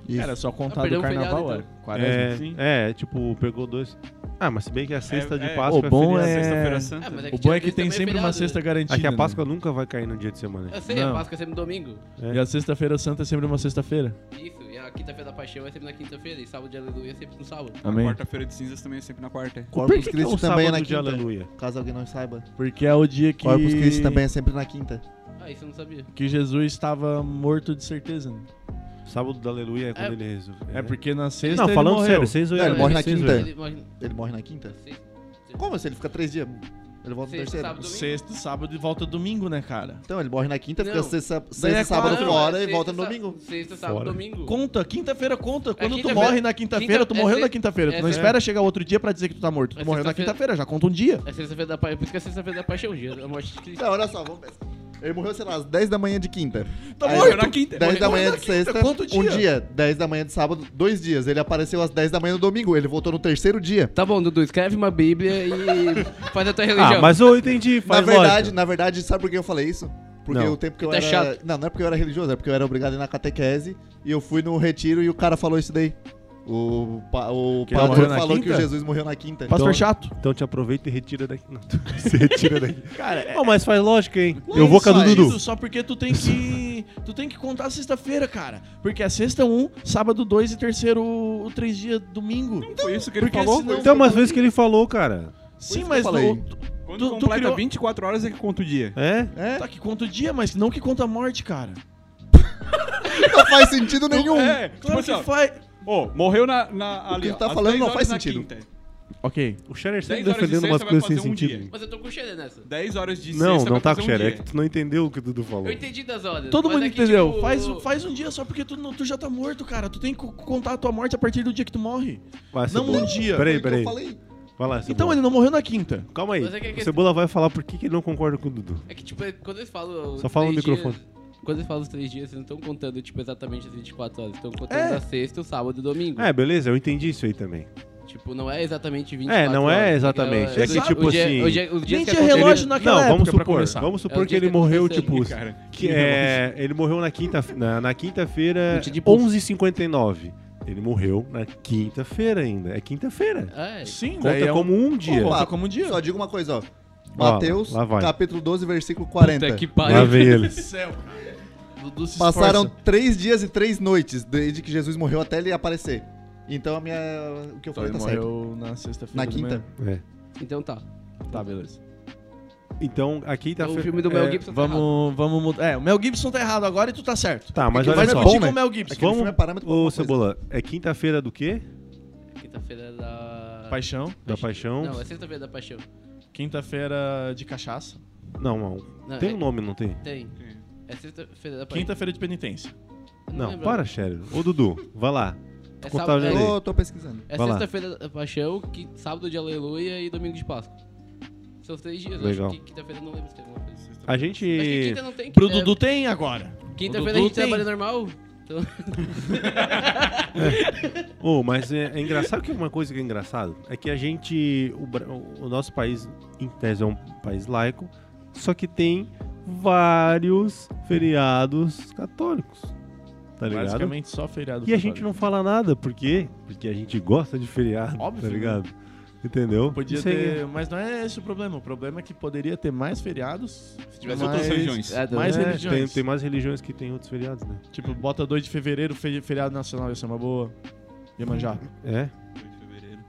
[SPEAKER 5] Isso.
[SPEAKER 4] Cara, é só
[SPEAKER 3] Ah,
[SPEAKER 4] contar do
[SPEAKER 3] perdeu o
[SPEAKER 4] carnaval,
[SPEAKER 3] feriado,
[SPEAKER 4] é.
[SPEAKER 1] É,
[SPEAKER 2] Sim.
[SPEAKER 1] é, tipo, pegou dois. Ah, mas se bem que a sexta de
[SPEAKER 2] é-
[SPEAKER 1] Páscoa
[SPEAKER 4] o bom
[SPEAKER 1] feriado.
[SPEAKER 4] é-
[SPEAKER 2] Sexta-feira Santa.
[SPEAKER 3] Ah, mas é
[SPEAKER 4] O bom é
[SPEAKER 3] dia
[SPEAKER 4] que tem
[SPEAKER 3] 13 também é
[SPEAKER 4] sempre uma
[SPEAKER 3] feriado,
[SPEAKER 4] sexta
[SPEAKER 3] né?
[SPEAKER 4] garantida.
[SPEAKER 1] É que a
[SPEAKER 4] né?
[SPEAKER 1] Páscoa nunca vai cair no dia de semana.
[SPEAKER 3] Eu sei,
[SPEAKER 4] Não.
[SPEAKER 3] a Páscoa é sempre domingo.
[SPEAKER 4] E a sexta-feira santa é sempre uma sexta-feira.
[SPEAKER 3] Isso, e a quinta-feira da paixão é sempre na quinta-feira, e sábado de aleluia é sempre no sábado.
[SPEAKER 4] Amém.
[SPEAKER 2] Quarta-feira de cinzas também é sempre na quarta.
[SPEAKER 5] Corpus
[SPEAKER 1] que que é
[SPEAKER 5] Christi
[SPEAKER 1] o
[SPEAKER 5] também é
[SPEAKER 1] sábado
[SPEAKER 5] na
[SPEAKER 1] de
[SPEAKER 5] quinta.
[SPEAKER 1] Aleluia?
[SPEAKER 5] Caso alguém não saiba.
[SPEAKER 4] Porque é o dia que.
[SPEAKER 5] Corpus Christi também é sempre na quinta.
[SPEAKER 3] Ah, isso eu não sabia.
[SPEAKER 4] Que Jesus estava morto de certeza. né?
[SPEAKER 1] Sábado da Aleluia é quando
[SPEAKER 3] É-
[SPEAKER 1] ele resolve.
[SPEAKER 4] É porque na sexta.
[SPEAKER 1] Não,
[SPEAKER 4] ele
[SPEAKER 1] falando
[SPEAKER 4] morreu.
[SPEAKER 1] sério, vocês
[SPEAKER 5] Não,
[SPEAKER 1] zoeira.
[SPEAKER 5] ele morre na
[SPEAKER 1] vocês
[SPEAKER 5] quinta.
[SPEAKER 1] zoeira.
[SPEAKER 3] Ele morre no
[SPEAKER 5] Ele morre na quinta?
[SPEAKER 3] sexto,
[SPEAKER 5] Como assim? Ele fica três dias. Ele volta no
[SPEAKER 3] sexto,
[SPEAKER 5] terceiro.
[SPEAKER 3] sábado, domingo.
[SPEAKER 4] Sexta, sábado e volta domingo, né, cara?
[SPEAKER 5] Então, ele morre na quinta, fica
[SPEAKER 3] Não.
[SPEAKER 5] sexta,
[SPEAKER 4] Daí
[SPEAKER 5] sexta
[SPEAKER 4] é
[SPEAKER 5] sábado
[SPEAKER 4] quarta.
[SPEAKER 5] fora
[SPEAKER 3] Ah, Sexta,
[SPEAKER 5] e volta no
[SPEAKER 3] sá-
[SPEAKER 5] domingo.
[SPEAKER 3] Sexta, sábado,
[SPEAKER 1] Fora.
[SPEAKER 3] domingo.
[SPEAKER 4] Conta, É, quinta-feira conta. Quando tu
[SPEAKER 3] quinta-feira-
[SPEAKER 4] morre na quinta-feira, tu
[SPEAKER 3] quinta-
[SPEAKER 4] morreu
[SPEAKER 3] é
[SPEAKER 4] na
[SPEAKER 3] se-
[SPEAKER 4] quinta-feira. Tu
[SPEAKER 3] é
[SPEAKER 4] não
[SPEAKER 3] se-
[SPEAKER 4] espera chegar outro dia pra dizer que tu tá morto. Tu
[SPEAKER 3] É
[SPEAKER 4] morreu na
[SPEAKER 3] sexta-feira.
[SPEAKER 4] quinta-feira, já conta um dia.
[SPEAKER 3] É sexta-feira da paixão, por isso que é sexta-feira da paixão, dia da morte de Cristo.
[SPEAKER 5] Não, Então, olha só, vamos pensar. Ele morreu, sei lá, às 10 da manhã de quinta.
[SPEAKER 4] Tá
[SPEAKER 5] Aí,
[SPEAKER 4] morto.
[SPEAKER 2] na quinta.
[SPEAKER 5] 10 da manhã
[SPEAKER 4] na
[SPEAKER 5] de
[SPEAKER 4] quinta,
[SPEAKER 5] sexta,
[SPEAKER 4] quanto
[SPEAKER 5] um
[SPEAKER 4] dia?
[SPEAKER 5] dia. 10 da manhã de sábado, dois dias. Ele apareceu às 10 da manhã no domingo, ele voltou no terceiro dia.
[SPEAKER 3] Tá bom, Dudu, escreve uma bíblia e faz a tua religião.
[SPEAKER 1] Ah, mas eu entendi.
[SPEAKER 5] Na
[SPEAKER 1] Faz
[SPEAKER 5] verdade,
[SPEAKER 1] lógica.
[SPEAKER 5] na verdade, sabe por que eu falei isso? Porque
[SPEAKER 1] Não.
[SPEAKER 5] o tempo que eu
[SPEAKER 3] Porque tá
[SPEAKER 5] era. Não, não é porque eu era religioso, é porque eu era obrigado a ir na catequese e eu fui no retiro e o cara falou isso daí. O, pa- o
[SPEAKER 4] ele
[SPEAKER 5] pastor
[SPEAKER 4] morreu na
[SPEAKER 5] falou que
[SPEAKER 4] quinta?
[SPEAKER 5] o Jesus morreu na quinta.
[SPEAKER 4] Pastor
[SPEAKER 1] Então-
[SPEAKER 4] chato.
[SPEAKER 1] Então te aproveita e retira daqui. Não, tu se retira daqui.
[SPEAKER 4] Cara, é.
[SPEAKER 1] Não, mas faz lógica, hein? Eu vou com a
[SPEAKER 4] Só
[SPEAKER 1] do
[SPEAKER 4] isso,
[SPEAKER 1] Dudu.
[SPEAKER 4] Só porque tu tem que. tu tem que contar sexta-feira, cara. Porque é sexta um, sábado dois e terceiro três dias domingo.
[SPEAKER 2] Foi isso que ele
[SPEAKER 4] Porque
[SPEAKER 2] falou?
[SPEAKER 4] senão-
[SPEAKER 1] Então, mas foi isso que ele falou, cara.
[SPEAKER 5] que
[SPEAKER 4] Sim,
[SPEAKER 5] eu
[SPEAKER 4] mas
[SPEAKER 5] falei.
[SPEAKER 4] no,
[SPEAKER 2] Quando
[SPEAKER 4] Tu- tu
[SPEAKER 2] completa
[SPEAKER 4] criou-
[SPEAKER 2] 24 horas é que conta o dia.
[SPEAKER 1] É?
[SPEAKER 5] É,
[SPEAKER 4] Tá, que conta o dia, mas não que conta a morte, cara.
[SPEAKER 5] não faz sentido nenhum.
[SPEAKER 2] É, tipo
[SPEAKER 4] Claro
[SPEAKER 2] assim,
[SPEAKER 4] que
[SPEAKER 2] ó.
[SPEAKER 4] faz.
[SPEAKER 2] Ô, morreu na. na ali,
[SPEAKER 5] que
[SPEAKER 2] ó,
[SPEAKER 5] tu tá
[SPEAKER 2] às
[SPEAKER 5] falando
[SPEAKER 2] 10
[SPEAKER 5] não
[SPEAKER 2] horas
[SPEAKER 5] faz
[SPEAKER 2] na
[SPEAKER 5] sentido.
[SPEAKER 2] quinta.
[SPEAKER 4] Ok.
[SPEAKER 1] O Scherer sempre
[SPEAKER 2] 10 horas de
[SPEAKER 1] defendendo umas
[SPEAKER 2] sexta vai
[SPEAKER 1] coisas sem
[SPEAKER 2] fazer um
[SPEAKER 1] sentido.
[SPEAKER 3] Mas eu tô com cheiro nessa.
[SPEAKER 2] 10 horas de
[SPEAKER 1] Não,
[SPEAKER 2] sexta
[SPEAKER 1] não
[SPEAKER 2] vai
[SPEAKER 1] tá com
[SPEAKER 2] fazer um
[SPEAKER 1] Scherer. É
[SPEAKER 2] dia.
[SPEAKER 1] que tu não entendeu o que o Dudu falou.
[SPEAKER 3] Eu entendi das horas.
[SPEAKER 4] Todo
[SPEAKER 3] mas
[SPEAKER 4] mundo
[SPEAKER 3] é que,
[SPEAKER 4] entendeu.
[SPEAKER 3] tipo,
[SPEAKER 4] Faz, faz um dia só porque tu, não- tu já tá morto, cara. Tu tem que co- contar a tua morte a partir do dia que tu morre.
[SPEAKER 1] Vai,
[SPEAKER 4] não
[SPEAKER 1] Cebola.
[SPEAKER 4] um dia.
[SPEAKER 5] Foi o
[SPEAKER 1] Peraí,
[SPEAKER 5] que
[SPEAKER 1] peraí.
[SPEAKER 5] Eu falei.
[SPEAKER 1] Vai lá,
[SPEAKER 4] Então
[SPEAKER 1] Cebola.
[SPEAKER 4] ele não morreu na quinta.
[SPEAKER 1] Calma aí.
[SPEAKER 3] Mas é que-
[SPEAKER 1] O Cebola vai falar por que que ele não concorda com o Dudu.
[SPEAKER 3] É que, tipo, é- quando eles falam. os
[SPEAKER 1] Só fala no
[SPEAKER 3] três
[SPEAKER 1] microfone.
[SPEAKER 3] dias- Quando eles falam os três dias, vocês não estão contando, tipo, exatamente as 24 horas. Estão contando
[SPEAKER 4] É.
[SPEAKER 3] a sexta, o sábado e o domingo.
[SPEAKER 1] É, beleza, eu entendi isso aí também.
[SPEAKER 3] Tipo, não é exatamente 24
[SPEAKER 1] É, não é
[SPEAKER 3] horas,
[SPEAKER 1] exatamente.
[SPEAKER 3] entendeu?
[SPEAKER 1] É que,
[SPEAKER 3] o
[SPEAKER 1] tipo
[SPEAKER 3] dia-
[SPEAKER 1] assim,
[SPEAKER 3] o dia- os dias
[SPEAKER 4] nem
[SPEAKER 3] que
[SPEAKER 4] tinha
[SPEAKER 3] aconteceu-
[SPEAKER 4] é relógio na- Naquela
[SPEAKER 1] não, vamos
[SPEAKER 4] época, pra
[SPEAKER 1] supor,
[SPEAKER 4] começar.
[SPEAKER 1] vamos
[SPEAKER 3] É
[SPEAKER 1] supor
[SPEAKER 3] o
[SPEAKER 1] que
[SPEAKER 3] dia
[SPEAKER 1] ele
[SPEAKER 3] que
[SPEAKER 1] morreu,
[SPEAKER 3] aconteceu.
[SPEAKER 1] tipo,
[SPEAKER 2] Cara,
[SPEAKER 1] que é, ele morreu na quinta na, na quinta-feira
[SPEAKER 3] No dia de bolsa.
[SPEAKER 1] 11:59. Ele morreu na quinta-feira ainda. É quinta-feira.
[SPEAKER 3] É,
[SPEAKER 4] Sim,
[SPEAKER 1] Conta
[SPEAKER 4] daí é um-
[SPEAKER 1] como um dia.
[SPEAKER 4] Opa, como um dia.
[SPEAKER 5] Só digo uma coisa, ó.
[SPEAKER 1] Ó,
[SPEAKER 5] Mateus,
[SPEAKER 1] lá vai.
[SPEAKER 5] capítulo 12, versículo
[SPEAKER 3] puta
[SPEAKER 5] 40.
[SPEAKER 3] que
[SPEAKER 1] Lá
[SPEAKER 3] pariu.
[SPEAKER 1] vem ele.
[SPEAKER 4] Céu, cara. Dudu se
[SPEAKER 5] Passaram
[SPEAKER 4] esforça.
[SPEAKER 5] três dias e três noites desde que Jesus morreu até ele aparecer. Então a minha. O que eu
[SPEAKER 4] Então
[SPEAKER 5] falei
[SPEAKER 4] ele
[SPEAKER 5] tá certo.
[SPEAKER 4] morreu na sexta-feira.
[SPEAKER 5] Na
[SPEAKER 4] de
[SPEAKER 5] quinta.
[SPEAKER 4] manhã.
[SPEAKER 1] É.
[SPEAKER 3] Então tá.
[SPEAKER 4] Tá, beleza.
[SPEAKER 1] Então, aqui tá...
[SPEAKER 3] É o
[SPEAKER 1] fe-
[SPEAKER 3] filme do Mel
[SPEAKER 1] é,
[SPEAKER 3] Gibson tá errado.
[SPEAKER 4] Vamos, vamos mudar. É, o Mel Gibson tá errado agora e tu tá certo.
[SPEAKER 1] Tá, mas
[SPEAKER 4] que
[SPEAKER 1] olha
[SPEAKER 4] vai
[SPEAKER 1] só.
[SPEAKER 4] discutir
[SPEAKER 5] Bom,
[SPEAKER 4] com
[SPEAKER 5] né?
[SPEAKER 4] o Mel Gibson.
[SPEAKER 5] Aquele filme é parâmetro pra
[SPEAKER 1] Ô,
[SPEAKER 5] alguma coisa.
[SPEAKER 1] Cebola, é quinta-feira do quê?
[SPEAKER 3] Quinta-feira da...
[SPEAKER 4] Paixão.
[SPEAKER 1] Da paixão?
[SPEAKER 3] Não, é sexta-feira da paixão.
[SPEAKER 4] Quinta-feira de cachaça.
[SPEAKER 1] Não, não.
[SPEAKER 3] Não,
[SPEAKER 1] Tem
[SPEAKER 3] é-
[SPEAKER 1] um nome, não tem?
[SPEAKER 3] Tem. É sexta-feira da paixão.
[SPEAKER 4] Quinta-feira de penitência.
[SPEAKER 1] Não,
[SPEAKER 3] lembro.
[SPEAKER 1] para, Sherry. Ô, Dudu, vai lá.
[SPEAKER 3] É,
[SPEAKER 1] contar
[SPEAKER 3] sábado-
[SPEAKER 1] o jeito.
[SPEAKER 3] é-
[SPEAKER 5] Tô, tô pesquisando.
[SPEAKER 3] é
[SPEAKER 1] Vai lá.
[SPEAKER 3] sexta-feira da paixão, qui- sábado de aleluia e domingo de Páscoa. São os três dias. eu
[SPEAKER 1] Legal.
[SPEAKER 3] Acho que quinta-feira eu não lembro se tem alguma coisa.
[SPEAKER 1] A
[SPEAKER 3] Acho que
[SPEAKER 1] gente...
[SPEAKER 3] quinta não tem.
[SPEAKER 4] Pro
[SPEAKER 3] quinta-
[SPEAKER 4] Dudu tem agora.
[SPEAKER 3] Quinta-feira a
[SPEAKER 4] O Dudu
[SPEAKER 3] gente
[SPEAKER 4] tem.
[SPEAKER 3] trabalha normal. Então,
[SPEAKER 1] Ô, mas é, é engraçado que uma coisa que é engraçada é que a gente... O, Bra- o nosso país, em tese, é um país laico, só que tem vários feriados católicos. Tá ligado?
[SPEAKER 4] Basicamente só feriado.
[SPEAKER 1] E a gente não fala nada, por quê? Porque a gente gosta de feriado,
[SPEAKER 4] Óbvio,
[SPEAKER 1] tá
[SPEAKER 4] né?
[SPEAKER 1] ligado? Entendeu?
[SPEAKER 4] Podia
[SPEAKER 1] Isso aí
[SPEAKER 4] ter, mas não é esse o problema. O problema é que poderia ter mais feriados.
[SPEAKER 2] Se tivesse
[SPEAKER 4] mas-
[SPEAKER 2] outras religiões.
[SPEAKER 4] Mais
[SPEAKER 1] é,
[SPEAKER 4] religiões.
[SPEAKER 1] Tem, tem mais religiões que tem outros feriados, né?
[SPEAKER 4] Tipo, bota 2 de fevereiro, fe- feriado nacional, ia ser uma boa. Iemanjá.
[SPEAKER 1] É.
[SPEAKER 2] 8 de fevereiro.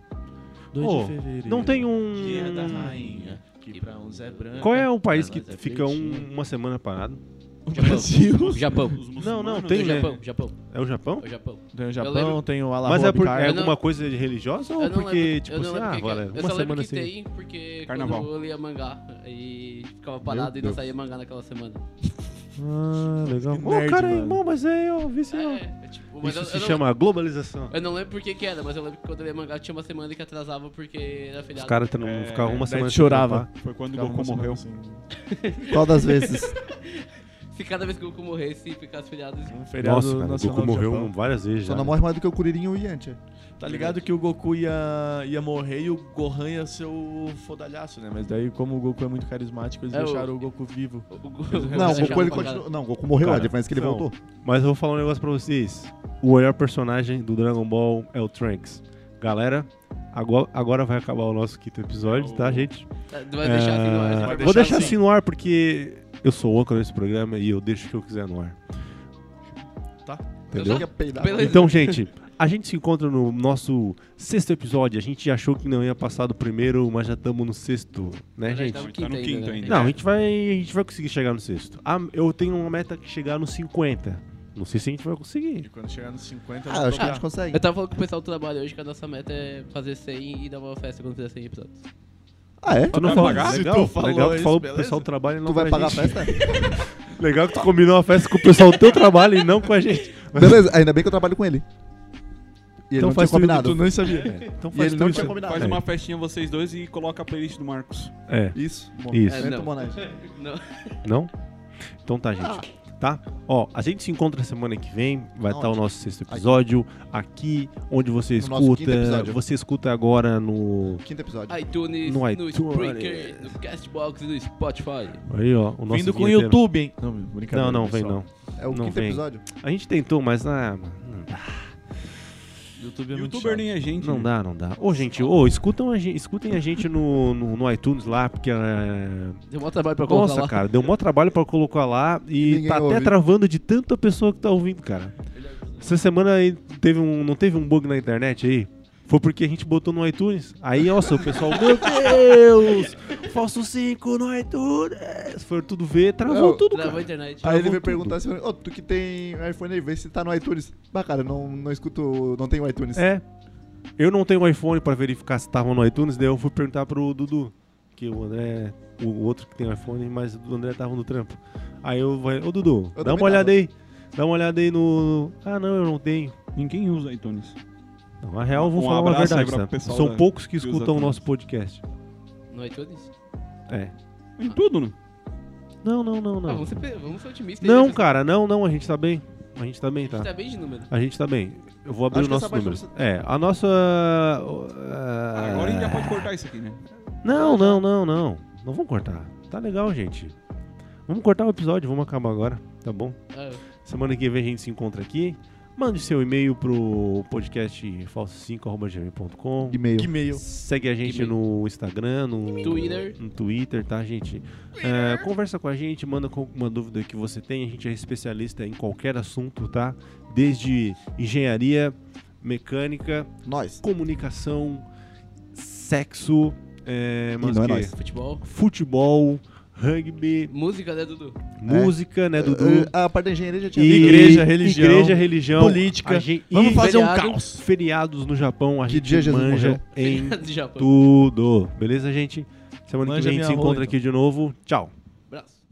[SPEAKER 1] Ô, Não tem um...
[SPEAKER 4] que pra uns é branco.
[SPEAKER 1] Qual é o país que fica um- uma semana parado?
[SPEAKER 4] O Brasil.
[SPEAKER 3] Japão.
[SPEAKER 2] Os
[SPEAKER 1] Não, não,
[SPEAKER 2] muçulmanos,
[SPEAKER 1] tem,
[SPEAKER 3] o
[SPEAKER 1] né?
[SPEAKER 3] Japão, Japão,
[SPEAKER 1] É o Japão?
[SPEAKER 3] o Japão.
[SPEAKER 4] Tem o
[SPEAKER 3] Eu
[SPEAKER 4] Japão,
[SPEAKER 3] lembro-
[SPEAKER 4] tem o Alá
[SPEAKER 1] Mas é, por, é
[SPEAKER 3] Eu não-
[SPEAKER 1] alguma coisa de religiosa ou
[SPEAKER 3] Eu não
[SPEAKER 1] porque,
[SPEAKER 3] lembro-
[SPEAKER 1] tipo
[SPEAKER 3] eu não
[SPEAKER 1] assim,
[SPEAKER 3] lembro
[SPEAKER 1] ah,
[SPEAKER 3] que que é.
[SPEAKER 1] valeu,
[SPEAKER 3] Eu
[SPEAKER 1] uma
[SPEAKER 3] só lembro
[SPEAKER 1] semana
[SPEAKER 3] que
[SPEAKER 1] assim.
[SPEAKER 3] tem, porque
[SPEAKER 2] Carnaval.
[SPEAKER 3] quando eu lia mangá, aí ficava parado e não
[SPEAKER 1] Deus.
[SPEAKER 3] saía mangá naquela semana.
[SPEAKER 1] Ah, legal.
[SPEAKER 4] Que
[SPEAKER 1] Ô,
[SPEAKER 4] nerd,
[SPEAKER 1] cara,
[SPEAKER 4] mano.
[SPEAKER 1] irmão, mas é, ó, vi se ó.
[SPEAKER 3] É, é tipo, mas
[SPEAKER 1] Isso
[SPEAKER 3] eu,
[SPEAKER 1] se
[SPEAKER 3] eu não-
[SPEAKER 1] chama globalização.
[SPEAKER 3] eu não lembro por que que era, mas eu lembro que quando eu lia mangá tinha uma semana que atrasava porque era
[SPEAKER 1] Os
[SPEAKER 3] feriado.
[SPEAKER 1] caras tendo-
[SPEAKER 2] É,
[SPEAKER 1] ficavam uma
[SPEAKER 4] daí
[SPEAKER 1] semana assim, sem
[SPEAKER 4] chorava.
[SPEAKER 1] trampar.
[SPEAKER 2] Foi quando o
[SPEAKER 4] Ficava
[SPEAKER 2] Goku
[SPEAKER 4] uma
[SPEAKER 2] morreu.
[SPEAKER 4] semana um assim.
[SPEAKER 5] Qual das vezes?
[SPEAKER 3] Se cada vez que o Goku morresse e ficasse feriado,
[SPEAKER 4] Um feriado
[SPEAKER 1] Nossa, cara, o
[SPEAKER 4] nacional
[SPEAKER 1] Goku
[SPEAKER 4] do
[SPEAKER 1] morreu um
[SPEAKER 4] Japão.
[SPEAKER 1] várias vezes já.
[SPEAKER 5] Só não morre mais do que o Curirinho e o Yantia.
[SPEAKER 4] Tá ligado que o Goku ia, ia morrer e o Gohan ia ser o fodalhaço, né? Mas daí, como o Goku é muito carismático, eles
[SPEAKER 3] É, o-
[SPEAKER 4] deixaram o Goku vivo.
[SPEAKER 3] o Goku...
[SPEAKER 5] Não, o
[SPEAKER 3] era chato
[SPEAKER 5] Goku ele
[SPEAKER 3] pra caralho.
[SPEAKER 5] continua. Não, o Goku morreu,
[SPEAKER 1] tá Cara,
[SPEAKER 5] a diferença é que ele
[SPEAKER 1] não.
[SPEAKER 5] voltou.
[SPEAKER 1] Mas eu vou falar um negócio pra vocês. O melhor personagem do Dragon Ball é o Trunks. Galera, agora, agora vai acabar o nosso quinto episódio, tá, gente?
[SPEAKER 3] Tá, Vai deixar assim, não
[SPEAKER 1] É,
[SPEAKER 3] vai
[SPEAKER 1] vou
[SPEAKER 3] deixar
[SPEAKER 1] deixar, assim. no ar porque eu sou o âncora desse programa e eu deixo o que eu quiser no ar.
[SPEAKER 4] Tá.
[SPEAKER 1] Entendeu?
[SPEAKER 5] Fica peidado.
[SPEAKER 3] Beleza.
[SPEAKER 1] Então, gente, a gente se encontra no nosso sexto episódio. A gente achou que não ia passar do primeiro, mas já estamos no sexto, né,
[SPEAKER 3] Mas
[SPEAKER 1] gente?
[SPEAKER 3] tá no
[SPEAKER 2] Tá no
[SPEAKER 3] quinto ainda,
[SPEAKER 2] quinto
[SPEAKER 3] né?
[SPEAKER 2] ainda.
[SPEAKER 1] Não, a gente vai, a gente vai conseguir chegar no sexto. Ah, eu tenho uma meta que chegar no 50. Não sei se a gente vai conseguir.
[SPEAKER 4] E quando chegar nos 50,
[SPEAKER 5] Ah, eu acho que a gente consegue.
[SPEAKER 1] É
[SPEAKER 3] Eu tava falando com o pessoal do trabalho hoje que a nossa meta é fazer 100 e dar uma festa quando fizer 100 episódios.
[SPEAKER 5] Ah, é?
[SPEAKER 1] Tu não
[SPEAKER 4] vai
[SPEAKER 1] falou,
[SPEAKER 4] pagar?
[SPEAKER 1] legal,
[SPEAKER 4] Se tu falou
[SPEAKER 1] legal que tu
[SPEAKER 4] isso,
[SPEAKER 1] falou pro
[SPEAKER 4] beleza.
[SPEAKER 1] pessoal do trabalho e não
[SPEAKER 5] Tu vai
[SPEAKER 1] pra
[SPEAKER 5] pagar a
[SPEAKER 1] gente.
[SPEAKER 5] festa?
[SPEAKER 1] Legal que tu combinou a festa com o pessoal do teu trabalho e não com a gente.
[SPEAKER 5] Beleza, ainda bem que eu trabalho com ele. E ele
[SPEAKER 1] Então
[SPEAKER 5] não
[SPEAKER 1] faz
[SPEAKER 5] tinha
[SPEAKER 1] tudo que
[SPEAKER 5] tá combinado. É.
[SPEAKER 1] tu nem sabia. Então
[SPEAKER 5] E ele
[SPEAKER 1] tudo
[SPEAKER 5] não
[SPEAKER 1] isso.
[SPEAKER 5] tinha combinado.
[SPEAKER 2] Faz
[SPEAKER 1] É.
[SPEAKER 2] uma festinha vocês dois e coloca a playlist do Marcos.
[SPEAKER 1] É,
[SPEAKER 5] Isso. bom.
[SPEAKER 1] Isso.
[SPEAKER 5] Momento
[SPEAKER 3] É, não.
[SPEAKER 5] homenagem.
[SPEAKER 3] Não.
[SPEAKER 1] não? Então tá, gente. Tá? Ó, a gente se encontra semana que vem. Vai estar o
[SPEAKER 5] Aonde?
[SPEAKER 1] nosso sexto episódio. Aqui, onde você
[SPEAKER 5] No nosso quinto
[SPEAKER 1] escuta.
[SPEAKER 5] episódio.
[SPEAKER 1] Você escuta agora no.
[SPEAKER 5] Quinto episódio.
[SPEAKER 3] iTunes,
[SPEAKER 1] No
[SPEAKER 3] no,
[SPEAKER 1] iTunes.
[SPEAKER 3] Spreaker, no Castbox, no Spotify.
[SPEAKER 1] Aí, ó. O nosso
[SPEAKER 4] Vindo com o
[SPEAKER 1] vinheteiro.
[SPEAKER 4] YouTube, hein? Não, brincadeira.
[SPEAKER 1] Não, não, vem não.
[SPEAKER 5] É o
[SPEAKER 1] Não
[SPEAKER 5] quinto
[SPEAKER 1] vem.
[SPEAKER 5] episódio.
[SPEAKER 1] A gente tentou, mas ah, mano, não dá.
[SPEAKER 4] YouTube é muito
[SPEAKER 2] Youtuber
[SPEAKER 4] chato.
[SPEAKER 2] nem a gente.
[SPEAKER 1] Não
[SPEAKER 2] né?
[SPEAKER 1] dá, não dá. Ô, gente, ô, escutam a gente, escutem a gente no, no, no iTunes lá, porque é,
[SPEAKER 3] Deu mó um trabalho pra colocar
[SPEAKER 1] Nossa,
[SPEAKER 3] lá.
[SPEAKER 1] cara, deu mó trabalho pra colocar lá e
[SPEAKER 5] Ninguém
[SPEAKER 1] tá até
[SPEAKER 5] ouve.
[SPEAKER 1] travando de tanta pessoa que tá ouvindo, cara. Essa semana aí teve um, não teve um bug na internet aí? Foi porque a gente botou no iTunes. Aí, nossa, o pessoal, meu Deus! Falso 5 no iTunes! Foi tudo ver, travou
[SPEAKER 5] Não,
[SPEAKER 1] tudo,
[SPEAKER 3] Travou a
[SPEAKER 1] cara.
[SPEAKER 3] internet.
[SPEAKER 5] Aí
[SPEAKER 1] Travou
[SPEAKER 5] ele veio
[SPEAKER 1] tudo.
[SPEAKER 5] perguntar assim, ô, tu que tem iPhone aí, vê se tá no iTunes. Bah, cara, não, não escuto, não tenho iTunes.
[SPEAKER 1] É. Eu não tenho iPhone pra verificar se tava no iTunes, daí eu fui perguntar pro Dudu, que o André, o outro que tem iPhone, mas o André tava no trampo. Aí eu vai, ô Dudu,
[SPEAKER 5] Eu
[SPEAKER 1] dá
[SPEAKER 5] também
[SPEAKER 1] uma olhada
[SPEAKER 5] tava.
[SPEAKER 1] aí. Dá uma olhada aí no. Ah, não, eu não tenho.
[SPEAKER 2] Ninguém usa iTunes.
[SPEAKER 1] Não, na real, eu vou
[SPEAKER 2] Um
[SPEAKER 1] falar uma
[SPEAKER 2] abraço aí
[SPEAKER 1] verdade,
[SPEAKER 2] pra
[SPEAKER 1] sabe?
[SPEAKER 2] pessoal
[SPEAKER 1] São
[SPEAKER 2] da-
[SPEAKER 1] poucos que
[SPEAKER 2] que usa
[SPEAKER 1] escutam o
[SPEAKER 2] Thanos.
[SPEAKER 1] nosso podcast.
[SPEAKER 3] No iTunes?
[SPEAKER 1] É.
[SPEAKER 2] Em tudo, né?
[SPEAKER 1] Não, não, não,
[SPEAKER 3] Ah,
[SPEAKER 1] não.
[SPEAKER 3] vamos, ser, vamos ser otimistas.
[SPEAKER 1] Não,
[SPEAKER 3] né?
[SPEAKER 1] cara, não, não, a gente tá bem. A gente tá bem,
[SPEAKER 3] A gente
[SPEAKER 1] tá?
[SPEAKER 3] tá bem de número.
[SPEAKER 1] A gente tá bem. Eu vou abrir
[SPEAKER 5] Acho
[SPEAKER 1] os
[SPEAKER 5] que
[SPEAKER 1] nossos
[SPEAKER 5] essa parte
[SPEAKER 1] números. É, a nossa. ah,
[SPEAKER 2] Agora a gente já pode cortar isso aqui, né?
[SPEAKER 1] Não, não, não, não. Não vamos cortar. Tá legal, gente. Vamos cortar o episódio, vamos acabar agora, tá bom?
[SPEAKER 3] Ah,
[SPEAKER 1] Semana que vem a gente se encontra aqui. Mande seu e-mail pro podcast falso5.gmail.com.
[SPEAKER 5] E-mail.
[SPEAKER 4] Que meio.
[SPEAKER 1] Segue a gente
[SPEAKER 3] E-mail.
[SPEAKER 1] no Instagram, no
[SPEAKER 3] Twitter.
[SPEAKER 1] no Twitter, tá, gente? É, conversa com a gente, manda com alguma dúvida que você tem. A gente é especialista em qualquer assunto, tá? Desde engenharia, mecânica,
[SPEAKER 5] Nós.
[SPEAKER 1] comunicação, sexo É, mas
[SPEAKER 5] não é
[SPEAKER 1] o quê?
[SPEAKER 5] nóis.
[SPEAKER 3] Futebol.
[SPEAKER 1] Futebol, rugby,
[SPEAKER 3] Música, né, Dudu?
[SPEAKER 1] música, né, Dudu?
[SPEAKER 5] Ah, A parte da engenharia já tinha.
[SPEAKER 1] E-
[SPEAKER 4] Igreja, religião,
[SPEAKER 1] igreja, religião,
[SPEAKER 4] política.
[SPEAKER 1] a gente-
[SPEAKER 4] Vamos
[SPEAKER 1] e
[SPEAKER 4] fazer um
[SPEAKER 3] feriado.
[SPEAKER 4] caos.
[SPEAKER 1] feriados no Japão, a
[SPEAKER 5] Que
[SPEAKER 1] gente
[SPEAKER 5] dia Jesus
[SPEAKER 1] manja
[SPEAKER 5] morreu?
[SPEAKER 1] em
[SPEAKER 3] Do Japão.
[SPEAKER 1] tudo. Beleza, gente? Semana
[SPEAKER 4] Manja
[SPEAKER 1] que vem a gente
[SPEAKER 4] minha
[SPEAKER 1] se
[SPEAKER 4] rola,
[SPEAKER 1] encontra
[SPEAKER 4] então.
[SPEAKER 1] aqui de novo. Tchau.
[SPEAKER 3] Abraço.